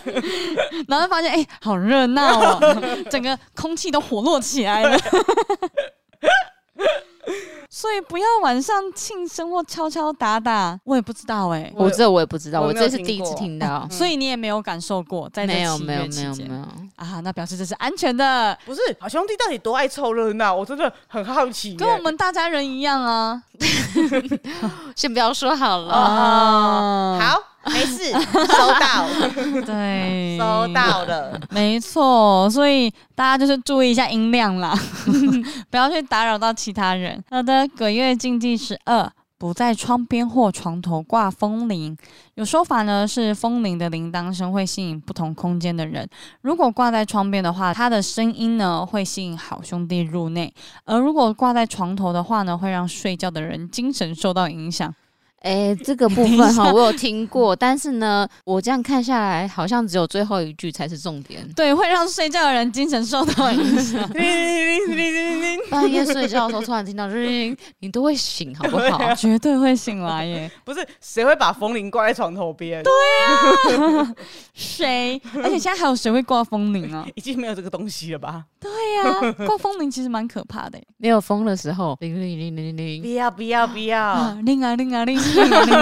Speaker 1: 然后发现哎、好热闹
Speaker 2: *laughs*
Speaker 1: 哦，整个空气都活络起来了。 *laughs* 所以不要晚上庆生或敲敲打打，我也不知道哎、
Speaker 3: 我
Speaker 2: 我这我也不知道，
Speaker 3: 我
Speaker 2: 我
Speaker 3: 没有
Speaker 2: 这是
Speaker 3: 听
Speaker 2: 第一次
Speaker 3: 过
Speaker 2: 听到。
Speaker 1: 所以你也没有感受过，在这
Speaker 2: *laughs* 没有
Speaker 1: 七
Speaker 2: 没有
Speaker 1: 月
Speaker 2: 没
Speaker 1: 期
Speaker 2: 有
Speaker 1: 间
Speaker 2: 没有，
Speaker 1: 啊，那表示这是安全的，
Speaker 3: 不是，好兄弟到底多爱凑热闹？我真的很好奇耶、
Speaker 1: 跟我们大家人一样啊。
Speaker 2: 先不要说好了。
Speaker 1: 哦，
Speaker 3: 啊 *laughs* 嗯好，没事，收 *laughs* 到，
Speaker 1: 对，
Speaker 3: 收，到了。
Speaker 1: 没错，所以大家就是注意一下音量啦， *laughs* 不要去打扰到其他人。好的，鬼月禁忌十二。不在窗边或床头挂风铃，有说法呢是风铃的铃铛声会吸引不同空间的人。如果挂在窗边的话，它的声音呢会吸引好兄弟入内；而如果挂在床头的话呢，会让睡觉的人精神受到影响。
Speaker 2: 哎，这个部分
Speaker 3: *laughs*
Speaker 2: 哈，我有听过，但是呢，我这样看下来，好像只有最后一句才是重点。
Speaker 1: 对，会让睡觉的人精神受到影响。
Speaker 3: 叮叮叮叮叮叮
Speaker 2: 半夜睡觉的时候突然听到铃， *laughs* 你都会醒，好不好？
Speaker 3: *laughs*
Speaker 1: 绝对会醒来耶！
Speaker 3: *laughs* 不是，谁会把风铃挂在床头边？
Speaker 1: *laughs*
Speaker 3: 对，
Speaker 1: 谁？而且现在还有谁会挂风铃啊？
Speaker 3: 已经没有这个东西了吧？
Speaker 1: *laughs* 对呀、挂风铃其实蛮可怕的耶。
Speaker 2: 没有风的时候，铃铃铃铃铃
Speaker 3: 不 *laughs*
Speaker 2: 铃，
Speaker 3: 要，不要，不要！ *laughs*
Speaker 1: 啊，铃啊铃啊铃铃啊铃，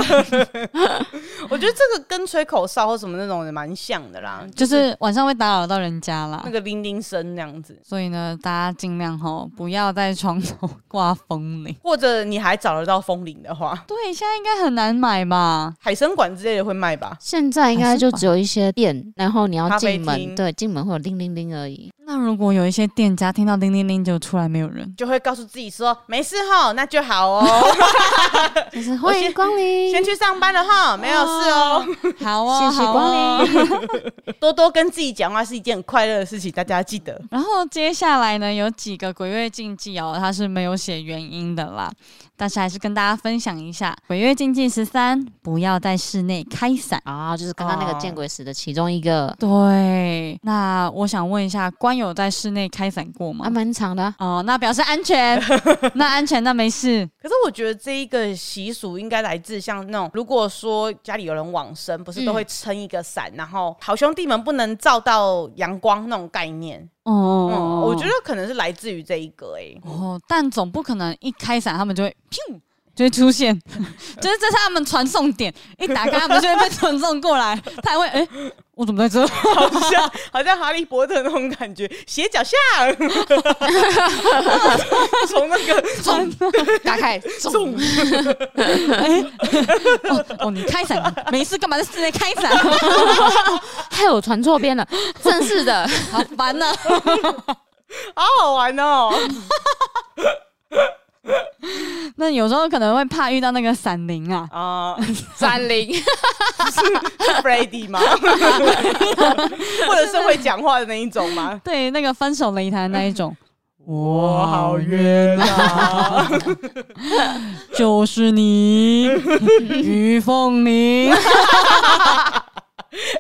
Speaker 3: 我觉得这个跟吹口哨或什么那种也蛮像的啦，
Speaker 1: *laughs* 就是晚上会打扰到人家啦
Speaker 3: 那。个铃铃声那样子。
Speaker 1: 所以呢，大家尽量吼，不要在床头挂风铃。
Speaker 3: 或者你还找得到风铃的话，
Speaker 1: *laughs* 对，现在应该很难买吧？
Speaker 3: 海参馆之类的会卖吧？
Speaker 2: 现在应该就只有一些店，然后你要
Speaker 3: 咖啡
Speaker 2: 进
Speaker 3: 厅
Speaker 2: 门，对，进门会有铃铃铃而已。
Speaker 1: 那如果有一些店家听到叮叮叮就出来没有人，
Speaker 3: 就会告诉自己说没事哈， *laughs* 那就好哦，
Speaker 2: 就是欢迎光临，
Speaker 3: 先去上班了哈，没有事哦。
Speaker 1: 好哦，
Speaker 2: 谢谢
Speaker 1: 好
Speaker 2: 光
Speaker 1: 哦。
Speaker 2: 临。
Speaker 3: 多多跟自己讲话是一件很快乐的事情，大家记得。
Speaker 1: 然后接下来呢，有几个鬼月禁忌哦，它是没有写原因的啦，但是还是跟大家分享一下。鬼月禁忌十三，不要在室内开伞。
Speaker 2: 啊，就是刚刚那个见鬼死的其中一个，
Speaker 1: 对，那我想问一下，官友在室内开伞过吗
Speaker 2: 还？蛮长的啊。
Speaker 1: 哦，那表示安全，那安全，那没事。
Speaker 3: 可是我觉得这一个习俗应该来自像那种，如果说家里有人往生，不是都会撑一个伞，然后好兄弟们不能照到阳光那种概念。
Speaker 1: 哦，
Speaker 3: 嗯，
Speaker 1: 哦
Speaker 3: 我觉得可能是来自于这一个、欸，
Speaker 1: 哦，但总不可能一开伞他们就会噗就会出现， *laughs* 就是这是他们传送点，一打开他们就会被传送过来，他还会哎、诶我怎么在这？
Speaker 3: 好像好像哈利波特那种感觉，斜脚下，从那个
Speaker 1: 从
Speaker 2: 打开，
Speaker 3: 重
Speaker 1: *laughs* 哦哦，你开伞没事干嘛在室内开伞？ *laughs*
Speaker 2: 害我传错边了，真是的。
Speaker 1: 好烦啊呐、
Speaker 3: 好好玩哦。
Speaker 1: 那有时候可能会怕遇到那个闪灵啊，
Speaker 3: 啊、
Speaker 2: 三零，
Speaker 3: 是 Brady 吗？或者是会讲话的那一种
Speaker 2: *laughs*
Speaker 3: 吗？
Speaker 1: 对，那个分手擂台那一 *laughs* 种，
Speaker 3: 我好冤啊！
Speaker 1: 就是你，于凤玲。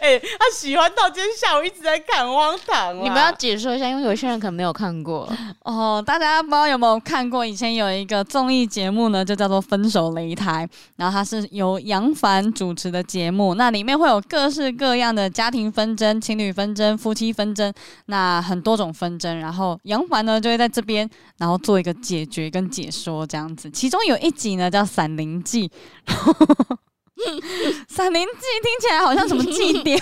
Speaker 3: 哎、他喜欢到今天下午一直在看，很荒唐啊啦。
Speaker 2: 你们要解说一下，因为有些人可能没有看过。
Speaker 1: 哦，大家不知道有没有看过？以前有一个综艺节目呢，就叫做《分手擂台》，然后它是由杨凡主持的节目，那里面会有各式各样的家庭纷争、情侣纷争、夫妻纷争，那很多种纷争。然后杨凡呢就会在这边，然后做一个解决跟解说这样子。其中有一集呢叫《闪灵记》。 *laughs* 闪灵记听起来好像什么祭典，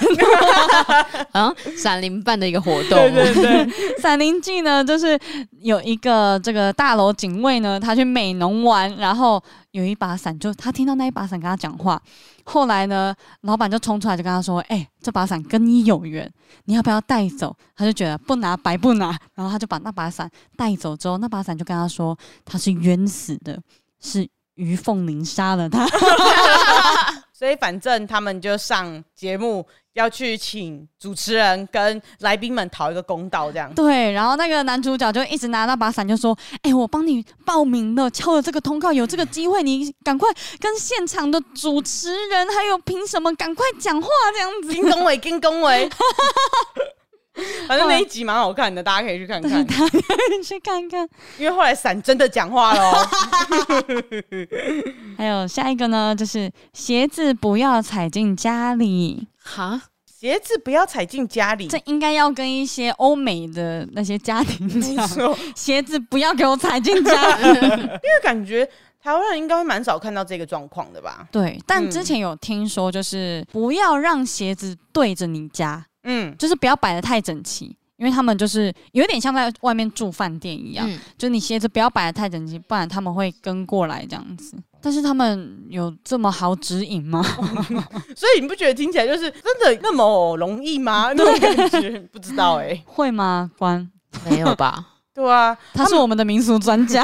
Speaker 2: 嗯，闪灵办的一个活动，
Speaker 3: 对对对，
Speaker 1: 《闪灵记》呢，就是有一个这个大楼警卫呢，他去美浓玩，然后有一把伞，就他听到那一把伞跟他讲话。后来呢，老板就冲出来就跟他说：“哎、这把伞跟你有缘，你要不要带走？”他就觉得不拿白不拿，然后他就把那把伞带走。之后那把伞就跟他说：“他是冤死的，是于凤玲杀了他。
Speaker 3: *laughs* 所以反正他们就上节目要去请主持人跟来宾们讨一个公道，这样”。
Speaker 1: 对，然后那个男主角就一直拿那把伞就说：“哎、我帮你报名了，敲了这个通告，有这个机会，你赶快跟现场的主持人还有评审们赶快讲话，这样子。
Speaker 3: *laughs* 金恭维，金恭维。 *laughs* 反正那一集蛮好看的，大家可以去看 *laughs* 看。
Speaker 1: 大家可以去看看。
Speaker 3: 因为后来伞真的讲话了 *laughs* 哦，
Speaker 1: *laughs* 还有下一个呢，就是鞋子不要踩进家里，
Speaker 2: 哈，
Speaker 3: 鞋子不要踩进家里。 *laughs*
Speaker 1: 这应该要跟一些欧美的那些家庭
Speaker 3: 没
Speaker 1: 讲，
Speaker 3: 错，
Speaker 1: 鞋子不要给我踩进家里。
Speaker 3: *laughs* 因为感觉台湾人应该会蛮少看到这个状况的吧？
Speaker 1: 对，但
Speaker 3: 嗯
Speaker 1: 之前有听说，就是不要让鞋子对着你家。
Speaker 3: 嗯，
Speaker 1: 就是不要摆的太整齐，因为他们就是有点像在外面住饭店一样，
Speaker 2: 嗯
Speaker 1: 就是你鞋子不要摆的太整齐，不然他们会跟过来这样子。但是他们有这么好指引吗？
Speaker 3: 所以你不觉得听起来就是真的那么容易吗？那种感 *laughs* 觉，不知道哎、
Speaker 1: 会吗？关，
Speaker 2: 没有吧？
Speaker 3: 对啊，
Speaker 1: 他是我们的民俗专家。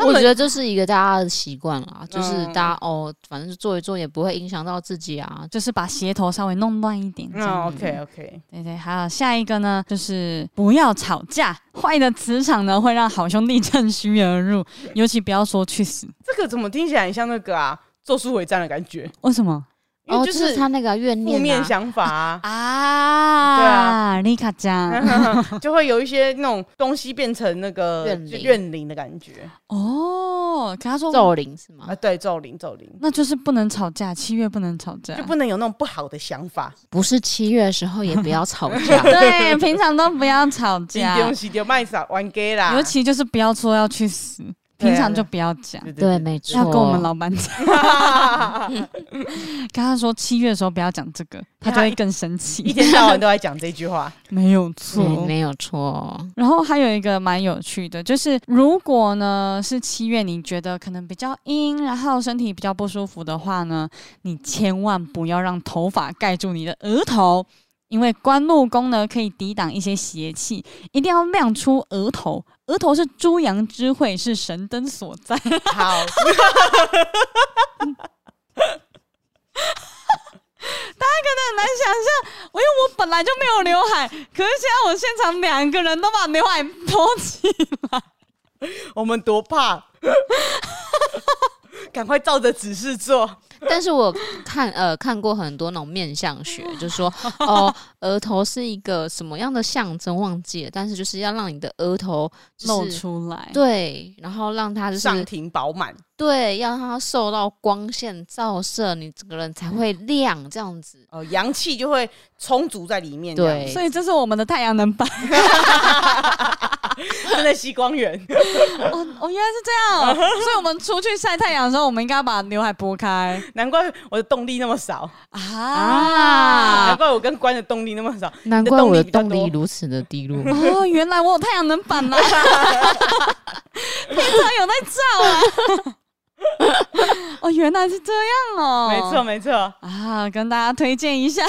Speaker 2: 我觉得这是一个大家的习惯啦，就是
Speaker 3: 嗯
Speaker 2: 大家哦，反正就做一做，也不会影响到自己啊。
Speaker 1: 就是把鞋头稍微弄乱一点。这
Speaker 3: 嗯
Speaker 1: 样
Speaker 3: ，OK OK，
Speaker 1: 对对，还有下一个呢，就是不要吵架，坏的磁场呢会让好兄弟趁虚而入，尤其不要说去死。
Speaker 3: 这个怎么听起来很像那个啊，咒术回战的感觉？
Speaker 1: 为什么
Speaker 3: 因为
Speaker 2: 哦，
Speaker 3: 就
Speaker 2: 就是
Speaker 3: 是
Speaker 2: 他那个怨
Speaker 3: 负
Speaker 2: 念
Speaker 3: 面
Speaker 2: 啊，
Speaker 3: 想法
Speaker 2: *laughs*
Speaker 3: 啊，
Speaker 1: 啊？
Speaker 3: 对啊，
Speaker 1: 丽卡酱。
Speaker 3: *laughs* 就会有一些那种东西变成那个
Speaker 2: 啊怨灵
Speaker 3: 就怨灵的感觉
Speaker 1: 哦，可他说
Speaker 2: 咒灵是吗
Speaker 3: 啊，？对，咒灵咒灵。
Speaker 1: 那就是不能吵架，七月不能吵架
Speaker 2: 啊
Speaker 3: 就。不能有那种不好的想法，
Speaker 2: 不是七月的时候也不要吵架，
Speaker 1: 对，平常都不要吵
Speaker 3: 洗
Speaker 1: 架，
Speaker 2: 啊
Speaker 3: 丢洗丢卖啥玩 gay 啦，
Speaker 1: 尤其就是不要说要去死，
Speaker 3: 对啊
Speaker 1: 平常就不要讲。
Speaker 3: 对
Speaker 2: 对，没错。
Speaker 1: 要跟我们老板讲， *laughs*
Speaker 3: 对
Speaker 1: 跟他说七月的时候不要讲这个，他就会更生
Speaker 3: *laughs* 一
Speaker 1: 气。
Speaker 3: 天到晚都在讲这句
Speaker 2: *laughs*
Speaker 3: 话，
Speaker 1: 没有
Speaker 2: 对，
Speaker 1: 错。
Speaker 2: 没有错。
Speaker 1: 然后还有一个蛮有趣的，就是如果呢是七月，你觉得可能比较阴，然后身体比较不舒服的话呢，你千万不要让头发盖住你的额头，因为关禄宫呢可以抵挡一些邪气，一定要亮出额头。额头是诸阳之会，是神灯所在。 *laughs*
Speaker 3: 好，
Speaker 1: 大想象，因为我本来就没有刘海，可是现在我现场两个人都把刘海托起来，
Speaker 3: 我们多怕，赶快照着指示做。
Speaker 2: 但是我看呃看过很多那种面相学，就说哦，额头是一个什么样的象征忘记了，但是就是要让你的额头、就是、
Speaker 1: 露，出 *laughs* 来。
Speaker 2: 对，然后让它就
Speaker 3: 上
Speaker 2: 是
Speaker 3: 庭饱满，
Speaker 2: 对，要让它受到光线照射，你整个人才会亮这样子。
Speaker 3: 呃，阳气就会充足在里面。
Speaker 2: 对
Speaker 3: 这样子
Speaker 1: 所以这是我们的太阳能板。
Speaker 3: *laughs* 真的吸光源。
Speaker 1: 哦，哦，原来是这
Speaker 3: *laughs* 嗯
Speaker 1: 样。所以我们出去晒太阳的时候，我们应该把刘海拨开
Speaker 3: 难怪我的动力那么少，
Speaker 1: 啊。
Speaker 3: 难怪我跟关的动力那么少。
Speaker 2: 难
Speaker 3: 怪我的动力
Speaker 2: 如此的低
Speaker 1: *laughs*
Speaker 2: 落。
Speaker 1: 哦，原来我有太阳能板 *laughs* 啦、平常有在照啊。哦，原来是这样哦，
Speaker 3: 没错，没错。
Speaker 1: 啊，跟大家推荐一下，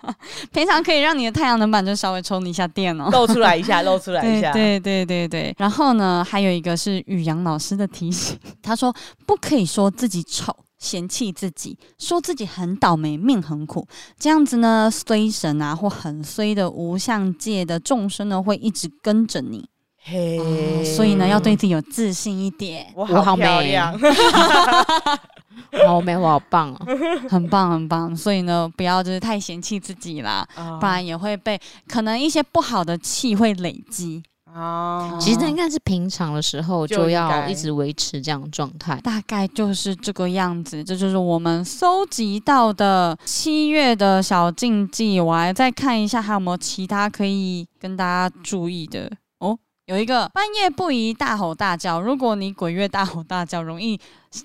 Speaker 1: *laughs* 平常可以让你的太阳能板就稍微充一下电哦。
Speaker 3: 露出来
Speaker 2: *laughs*
Speaker 3: 一下，露出来一
Speaker 1: 对
Speaker 3: 下。
Speaker 1: 对对对对，然后呢，还有一个是宇阳老师的提醒，他说不可以说自己丑。嫌弃自己，说自己很倒霉，命很苦，这样子呢，衰神啊或很衰的无相界的众生呢，会一直跟着你。
Speaker 3: 嘿、
Speaker 1: 哦所以呢，要对自己有自信一点，
Speaker 3: 我
Speaker 2: 我
Speaker 3: 好
Speaker 2: 好
Speaker 3: 漂
Speaker 2: 美 *laughs*
Speaker 3: 亮，
Speaker 2: 好美，我好棒哦！
Speaker 1: 很棒很棒。所以呢，不要就是太嫌弃自己啦，
Speaker 3: 啊
Speaker 1: 不然也会被可能一些不好的气会累积。
Speaker 3: 啊
Speaker 2: 其实那应该是平常的时候
Speaker 3: 就
Speaker 2: 就
Speaker 3: 应
Speaker 2: 要
Speaker 3: 该
Speaker 2: 一直维持这样的状态。
Speaker 1: 大概就是这个样子，这就是我们搜集到的七月的小禁忌。我还再看一下还有没有其他可以跟大家注意的哦。有一个半夜不宜大吼大叫，如果你鬼月大吼大叫，容易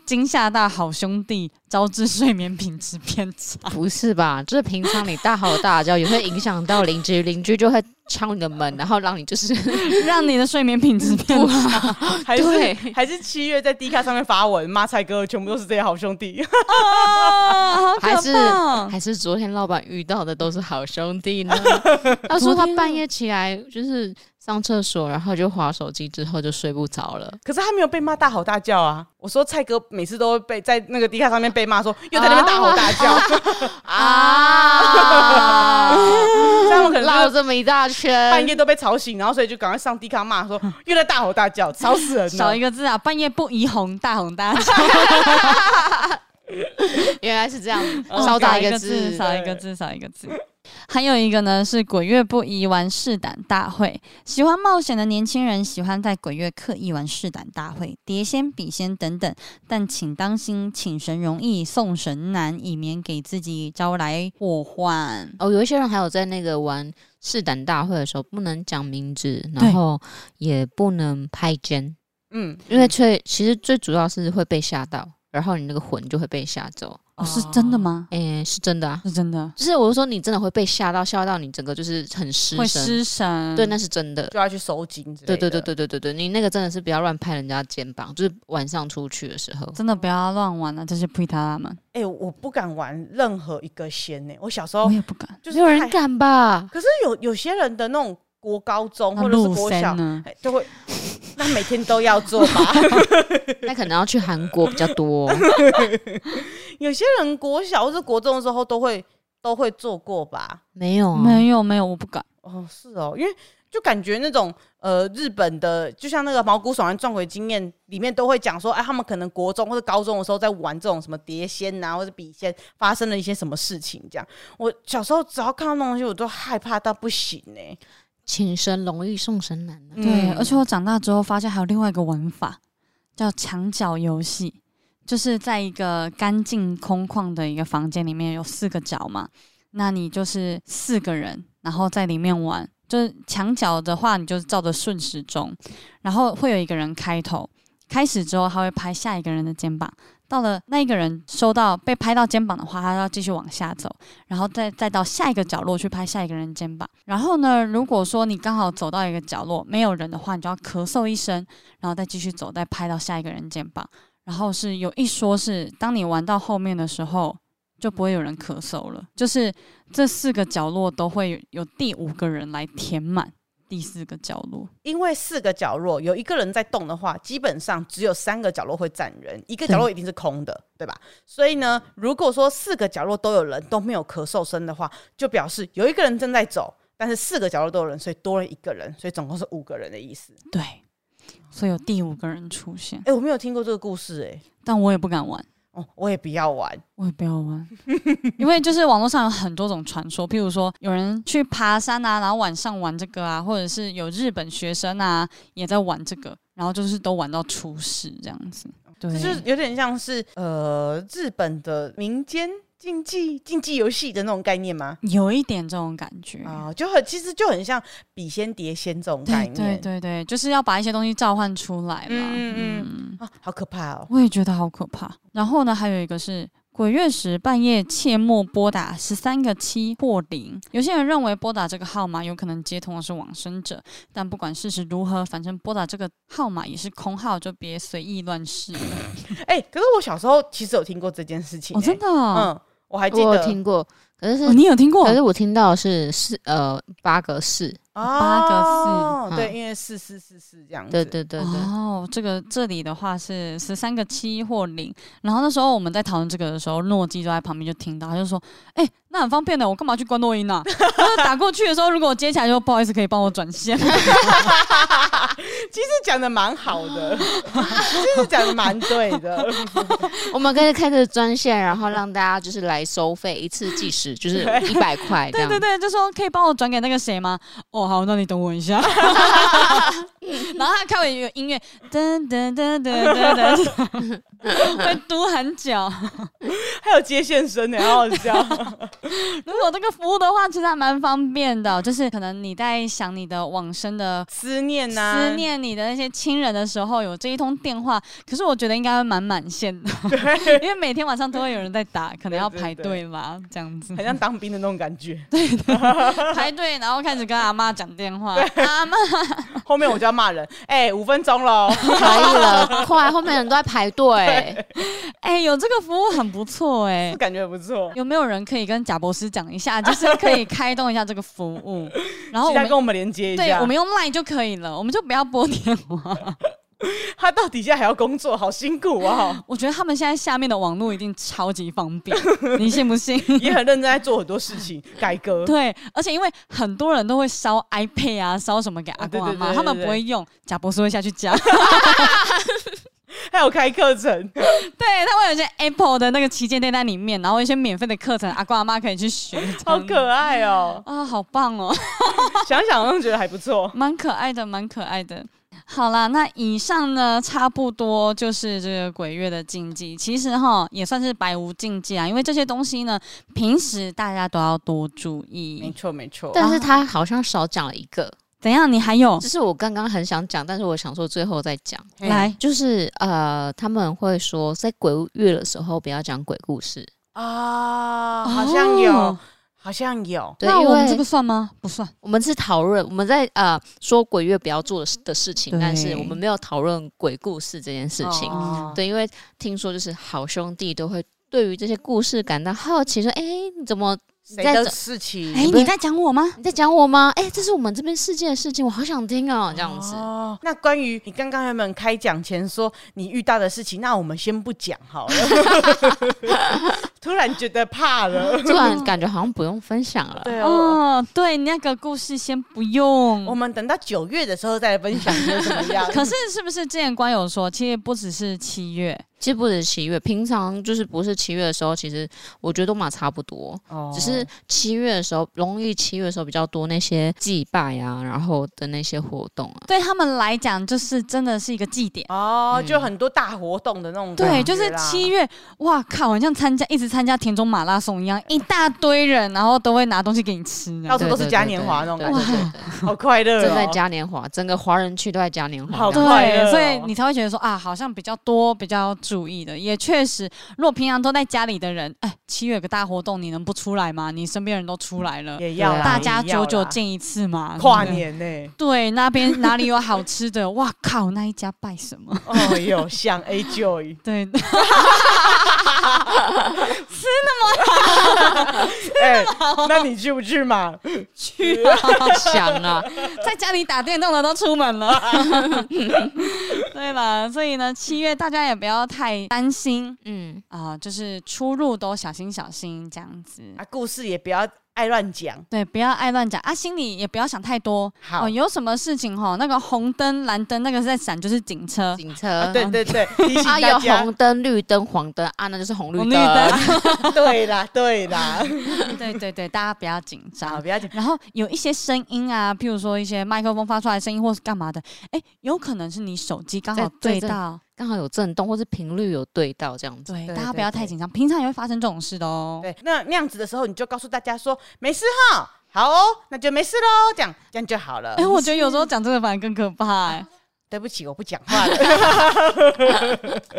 Speaker 1: 惊吓到好兄弟，招致睡眠品质偏 *laughs* 差。
Speaker 2: *laughs* 不是吧？就是平常你大吼大叫，也会影响到邻居，邻居就会敲你的门，然后让你就是
Speaker 1: 让你的睡眠品质变好。
Speaker 3: 还是
Speaker 2: 对
Speaker 3: 还是七月在 D 卡上面发文骂蔡哥，全部都是这些好兄弟。
Speaker 1: *laughs*
Speaker 3: *laughs*
Speaker 1: 啊，好
Speaker 2: 还是
Speaker 1: 可怕！
Speaker 2: 还是昨天老板遇到的都是好兄弟呢。他说他半夜起来就是上厕所，然后就划手机，之后就睡不着了。
Speaker 3: 可是他没有被骂大吼大叫啊！我说蔡哥每次都会被在那个 D 卡上面被骂说又在那边大吼大 *laughs* 叫，
Speaker 2: 啊！
Speaker 3: 这样我可能
Speaker 2: 绕
Speaker 3: 就是
Speaker 2: 这么一大圈，
Speaker 3: 半夜都被吵醒，然后所以就赶快上 D 卡骂说又在大吼大叫，吵死人
Speaker 1: 少
Speaker 3: 了
Speaker 1: 一。个字啊，半夜不宜红，大红大叫，
Speaker 2: 原来是这样子，
Speaker 1: 哦
Speaker 2: 少打一
Speaker 1: 一
Speaker 2: 个字。
Speaker 1: 少一个字，少一个字。 *laughs* 还有一个呢是鬼月不宜玩试胆大会，喜欢冒险的年轻人喜欢在鬼月刻意玩试胆大会、碟仙、笔仙等等，但请当心，请神容易送神难，以免给自己招来祸患。
Speaker 2: 哦，有一些人还有在那个玩试胆大会的时候，不能讲名字，
Speaker 1: 对
Speaker 2: 然后也不能拍肩，
Speaker 3: 嗯，
Speaker 2: 因为最其实最主要是会被吓到，然后你那个魂就会被吓走。
Speaker 1: 哦，是真的吗？
Speaker 2: 诶、是真的啊，
Speaker 1: 是真的，
Speaker 2: 就是我是说你真的会被吓到，吓到你整个就是很失
Speaker 1: 会
Speaker 2: 神。
Speaker 1: 失神。
Speaker 2: 对，那是真的。
Speaker 3: 就要去收金嗯之类
Speaker 2: 对对
Speaker 3: 的
Speaker 2: 对对对对对，你那个真的是不要乱拍人家肩膀，就是晚上出去的时候。
Speaker 1: 真的不要乱玩啊了、这些配他们，
Speaker 3: 哎、我不敢玩任何一个仙呢、我小时候
Speaker 1: 我也不敢。
Speaker 3: 就是
Speaker 2: 没有人
Speaker 3: 太，
Speaker 2: 敢吧？
Speaker 3: 可是有有些人的那种国高中
Speaker 2: 哦
Speaker 1: 那
Speaker 3: 或者是
Speaker 1: 陆
Speaker 3: 国小
Speaker 1: 森，呢？
Speaker 3: 哎就会，那每天都要做吧。 *laughs*
Speaker 2: 那可能要去韩国比较多哦、
Speaker 3: 有些人国小或是国中的时候都会都会做过吧？
Speaker 2: 没有啊，
Speaker 1: 没有没有，我不敢。
Speaker 3: 哦，是哦，因为就感觉那种呃日本的，就像那个毛骨悚然撞鬼经验里面都会讲说，哎，他们可能国中或者高中的时候在玩这种什么碟仙呐、或者笔仙，发生了一些什么事情这样。我小时候只要看到那种东西，我都害怕到不行呢、
Speaker 2: 请神容易送神难、啊。
Speaker 1: 对，
Speaker 3: 嗯
Speaker 1: 而且我长大之后发现还有另外一个玩法，叫墙角游戏，就是在一个干净空旷的一个房间里面有四个角嘛，那你就是四个人，然后在里面玩。就是墙角的话，你就是照着顺时钟，然后会有一个人开头，开始之后他会拍下一个人的肩膀，到了那一个人收到被拍到肩膀的话，他要继续往下走，然后再再到下一个角落去拍下一个人肩膀。然后呢，如果说你刚好走到一个角落没有人的话，你就要咳嗽一声，然后再继续走，再拍到下一个人肩膀。然后是有一说是，当你玩到后面的时候，就不会有人咳嗽了，就是这四个角落都会有有第五个人来填满。第四个角落。
Speaker 3: 因为四个角落有一个人在动的话，基本上只有三个角落会站人，一个角落一定是空的，对吧？所以呢，如果说四个角落都有人都没有咳嗽声的话，就表示有一个人正在走，但是四个角落都有人，所以多了一个人，所以总共是五个人的
Speaker 1: *laughs*
Speaker 3: 意思。
Speaker 1: 对，所以有第五个人出现，
Speaker 3: 哎，我没有听过这个故事、诶，
Speaker 1: 但我也不敢玩。
Speaker 3: 哎，哦，我也不要玩，
Speaker 1: 我也不要玩， *laughs* 因为就是网络上有很多种传说，譬如说有人去爬山啊，然后晚上玩这个啊，或者是有日本学生啊也在玩这个，然后就是都玩到出事这样子。对，
Speaker 3: 这就是有点像是呃日本的民间竞技竞技游戏的那种概念吗？
Speaker 1: 有一点这种感觉。
Speaker 3: 啊、就很其实就很像笔仙碟仙这种概
Speaker 1: 对
Speaker 3: 念，
Speaker 1: 对对对，就是要把一些东西召唤出来啦。
Speaker 3: 嗯嗯
Speaker 1: 嗯，
Speaker 3: 啊，好可怕哦！
Speaker 1: 我也觉得好可怕。然后呢，还有一个是鬼月时半夜切莫拨打十三个七或零。有些人认为拨打这个号码有可能接通的是往生者，但不管事实如何，反正拨打这个号码也是空号，就别随意乱试了。
Speaker 3: 哎、可是我小时候其实有听过这件事情、
Speaker 1: 哦，真
Speaker 3: 的、
Speaker 1: 的哦、
Speaker 3: 嗯，我还记
Speaker 2: 我有
Speaker 3: 得
Speaker 2: 听过，可是是、
Speaker 1: 哦，你有听过
Speaker 2: 可？是我听到的是四呃八个四，
Speaker 1: 八
Speaker 3: 哦
Speaker 1: 个
Speaker 2: 四
Speaker 3: 对，
Speaker 2: 嗯
Speaker 3: 因为四四四四这样子，
Speaker 2: 对对对对，
Speaker 1: 哦，这个这里的话是十三个七或零。然后那时候我们在讨论这个的时候，诺基就在旁边就听到，他就说：“哎、那很方便的，我干嘛去关录音呢、啊？” *laughs* 然后打过去的时候，如果我接起来就不好意思，可以帮我转线。
Speaker 3: *laughs* 其实讲的蛮好的，其实讲的蛮对的， *laughs*
Speaker 1: *laughs*
Speaker 2: 我们可以开个专线，然后让大家就是来收费，一次计
Speaker 1: *laughs*
Speaker 2: 时就是一百块这
Speaker 1: 对
Speaker 2: 样。
Speaker 1: 对对，就说可以帮我转给那个谁吗？哦，好，那你等我一
Speaker 2: *laughs*
Speaker 1: 下。然后他开完有音乐，噔噔噔噔噔噔，会嘟很久。
Speaker 3: 还有接线生呢，好好笑。
Speaker 1: 如果这个服务的话，其实还蛮方便的，就是可能你在想你的往生的
Speaker 3: 思念啊呐、
Speaker 1: 思，念你的那些亲人的时候，有这一通电话，可是我觉得应该会蛮满线的， *laughs* 因为每天晚上都会有人在打，可能要
Speaker 3: 对对
Speaker 1: 排
Speaker 3: 对
Speaker 1: 队啦，这样
Speaker 3: *laughs*
Speaker 1: 子
Speaker 3: 很像当兵的那种感觉。
Speaker 1: 排队，然后开始跟阿妈讲电话，阿妈
Speaker 3: 后面我就要骂人，哎、五分钟喽，
Speaker 2: 可以了，快！后面人都在排队，
Speaker 1: 哎、有这个服务很不错哎、
Speaker 3: *laughs* 感觉不错。
Speaker 1: 有没有人可以跟贾博士讲一下，就是可以开动一下这个服务，然后
Speaker 3: 期
Speaker 1: 我
Speaker 3: 待
Speaker 1: 们
Speaker 3: 跟我们连接一
Speaker 1: 对
Speaker 3: 下，
Speaker 1: 我们用 LINE 就可以了，我们就不要拨电话。
Speaker 3: 他到底下还要工作，好辛苦 *laughs* 啊、
Speaker 1: 我觉得他们现在下面的网络一定超级方便，你信不信？ *laughs*
Speaker 3: 也很认真在做很多事情，改革。
Speaker 1: 对，而且因为很多人都会烧 iPad 啊，烧什么给阿
Speaker 3: 啊对
Speaker 1: 公阿
Speaker 3: 对
Speaker 1: 妈，
Speaker 3: 对
Speaker 1: 他们
Speaker 3: 对对
Speaker 1: 不会用，贾博士会下去教， *laughs*
Speaker 3: 还有开课程，
Speaker 1: 对，他会有一些 Apple 的那个旗舰店在里面，然后一些免费的课程，阿公阿妈可以去学，
Speaker 3: 好可爱哦、
Speaker 1: 啊、好棒哦！
Speaker 3: 想想都觉得还不错。
Speaker 1: 蛮可爱的，蛮可爱的。好啦，那以上呢，差不多就是这个鬼月的禁忌。其实哈，也算是百无禁忌啊，因为这些东西呢，平时大家都要多注意。
Speaker 3: 错，没错
Speaker 2: 但是他好像少讲了一个，
Speaker 1: 怎样？你还有
Speaker 2: 这是我刚刚很想讲，但是我想说最后再讲。
Speaker 3: 嘿
Speaker 1: 来
Speaker 2: 就是呃，他们会说在鬼月的时候不要讲鬼故事，
Speaker 3: 啊，好像有，
Speaker 1: 哦
Speaker 3: 好像有。
Speaker 2: 对，
Speaker 1: 那
Speaker 2: 因
Speaker 1: 我们这个
Speaker 2: 为
Speaker 1: 算吗？不算。
Speaker 2: 我们是讨论我们在呃说鬼月不要做的事的事情
Speaker 1: 对，
Speaker 2: 但是我们没有讨论鬼故事这件事情。
Speaker 1: 嗯
Speaker 3: 哦
Speaker 2: 对，因为听说就是好兄弟都会对于这些故事感到好奇，说：“哎、你怎么
Speaker 3: 谁
Speaker 2: 在
Speaker 3: 的
Speaker 2: 这
Speaker 3: 事情？
Speaker 1: 哎、
Speaker 2: 嗯不
Speaker 1: 你
Speaker 2: 是
Speaker 1: 在讲我吗？
Speaker 2: 你在讲我吗？哎、这是我们这边世界的事情，我好想听哦、这样子。
Speaker 3: 哦，那关于你刚刚原本开讲前说你遇到的事情，那我们先不讲好了。突然觉得怕了，
Speaker 2: 突然感觉好像不用分享了。
Speaker 3: 对哦，
Speaker 1: 哦，对，那个故事先不
Speaker 3: 我
Speaker 1: 用。
Speaker 3: 们等到九月的时候再来分享是怎么样。
Speaker 1: 可是，是不是之前官友说，其实不只是七月，
Speaker 2: 其实不止七月，平常就是不是七月的时候，其实我觉得都嘛差不多。
Speaker 3: 哦
Speaker 2: 只是七月的时候，农历七月的时候比较多那些祭拜啊，然后的那些活动啊。
Speaker 1: 对他们来讲，就是真的是一个祭典。
Speaker 3: 哦，就很多大活动的那种
Speaker 1: 对，
Speaker 3: 感
Speaker 1: 就
Speaker 3: 觉啦。
Speaker 1: 是七月，哇靠，好像参加一直参加田中马拉松一样，一大堆人，然后都会拿东西给你吃呢。
Speaker 3: 到处都是
Speaker 2: 对
Speaker 3: 嘉年华那种
Speaker 2: 对
Speaker 3: 感
Speaker 2: 对对
Speaker 1: 觉
Speaker 2: 对对对
Speaker 3: 好快乐哦，
Speaker 2: 正在嘉年华，整个华人区都在嘉年华。
Speaker 3: 好
Speaker 2: 这样
Speaker 3: 快
Speaker 1: 对，
Speaker 3: 乐哦
Speaker 1: 所以你才会觉得说啊，好像比较多，比较注意的。也确实，如果平常都在家里的人，哎，七月有个大活动，你能不出来吗？你身边人都出来了，
Speaker 3: 也要啦
Speaker 2: 对啊
Speaker 1: 大家
Speaker 3: 也要
Speaker 1: 久
Speaker 3: 啦
Speaker 1: 久见一次嘛，
Speaker 3: 跨
Speaker 1: 对不对。
Speaker 3: 年呢、
Speaker 1: 对，那边哪里有好吃的？哇靠，那一家拜什么？ *laughs*
Speaker 3: *laughs* 哦哟，想 A Joy，
Speaker 1: 对，
Speaker 3: 哎、那你去不去嘛？
Speaker 1: 去啊，
Speaker 2: 想啊，
Speaker 1: 在家里打电动的都出门了。 *laughs* 对啦，所以呢，七月大家也不要太担心
Speaker 2: 嗯，
Speaker 1: 啊、就是出入都小心小心这样子。
Speaker 3: 啊，故事也不要爱乱讲。
Speaker 1: 对，不要爱乱讲啊，心里也不要想太多。
Speaker 3: 好
Speaker 1: 哦，有什么事情哈，那个红灯、蓝灯，那个是在闪，就是警车。
Speaker 2: 警车，
Speaker 3: 对对对，提醒
Speaker 2: 啊，
Speaker 3: 大
Speaker 2: 有
Speaker 3: 家。
Speaker 2: 红灯、绿灯、黄灯啊，那就是红绿
Speaker 1: 红
Speaker 2: 灯。
Speaker 1: 绿灯，
Speaker 3: 对啦，
Speaker 1: *laughs*
Speaker 3: 对啦，
Speaker 1: 对对对，大家不要紧
Speaker 3: 好，
Speaker 1: 张。
Speaker 3: 不要讲。
Speaker 1: 然后有一些声音啊，譬如说一些麦克风发出来的声音，或是干嘛的，哎，有可能是你手机刚好
Speaker 2: 在
Speaker 1: 对
Speaker 2: 在这
Speaker 1: 到，
Speaker 2: 刚好有震动或是频率有对到这样子。
Speaker 1: 对，
Speaker 3: 对
Speaker 1: 大家
Speaker 3: 对
Speaker 1: 不要太
Speaker 3: 对
Speaker 1: 紧张，平常也会发生这种事的哦。
Speaker 3: 对，那那样子的时候，你就告诉大家说没事哈，好哦，那就没事喽，这样这样就好了。
Speaker 1: *laughs* 哎，我觉得有时候讲这个反而更可怕哎。 *laughs*
Speaker 3: 对不起，我不讲话了。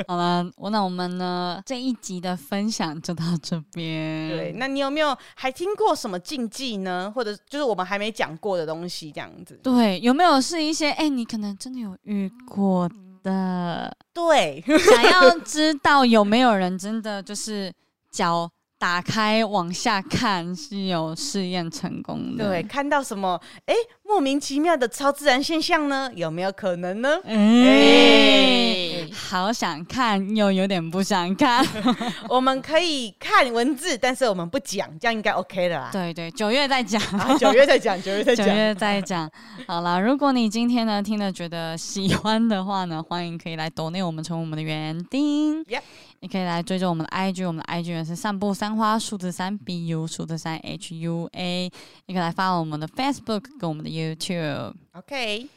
Speaker 1: 好了，我那我们呢这一集的分享就到这边。
Speaker 3: 对，那你有没有还听过什么禁忌呢？或者就是我们还没讲过的东西，这样子。
Speaker 1: 对，有没有是一些哎、你可能真的有遇过的？ *laughs*
Speaker 3: 对，
Speaker 1: 想要知道有没有人真的就是脚打开往下看是有试验成功 *laughs* 的？
Speaker 3: 对，，看到什么哎、诶莫名其妙的超自然现象呢？有没有可能呢？
Speaker 1: 哎、
Speaker 3: 哎
Speaker 1: 嗯好想看，又有点不想看。 *laughs*
Speaker 3: 我们可以看文字，但是我们不讲，这样应该 OK 了啦。
Speaker 1: 对 *laughs* 对，九月再讲。
Speaker 3: 啊，九月再讲，九月
Speaker 1: *laughs*
Speaker 3: 再
Speaker 1: 九
Speaker 3: 讲。
Speaker 1: 月再
Speaker 3: *laughs*
Speaker 1: 讲。好啦，如果你今天呢听了觉得喜欢的话呢，欢迎可以来抖内我们成为我们的园丁。
Speaker 3: Yep
Speaker 1: 你可以来追踪我们的 IG，我们的 IG 呢是散步三花数字三 BU 数字三 HUA，你可以来发我们的 Facebook 跟我们的 YouTube。
Speaker 3: OK，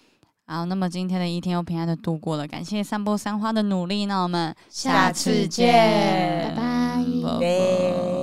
Speaker 1: 好，那么今天的一天又平安的度过了，感谢散步三花的努力，那我们
Speaker 3: 下次见
Speaker 2: 拜拜。
Speaker 1: 拜拜
Speaker 3: 对。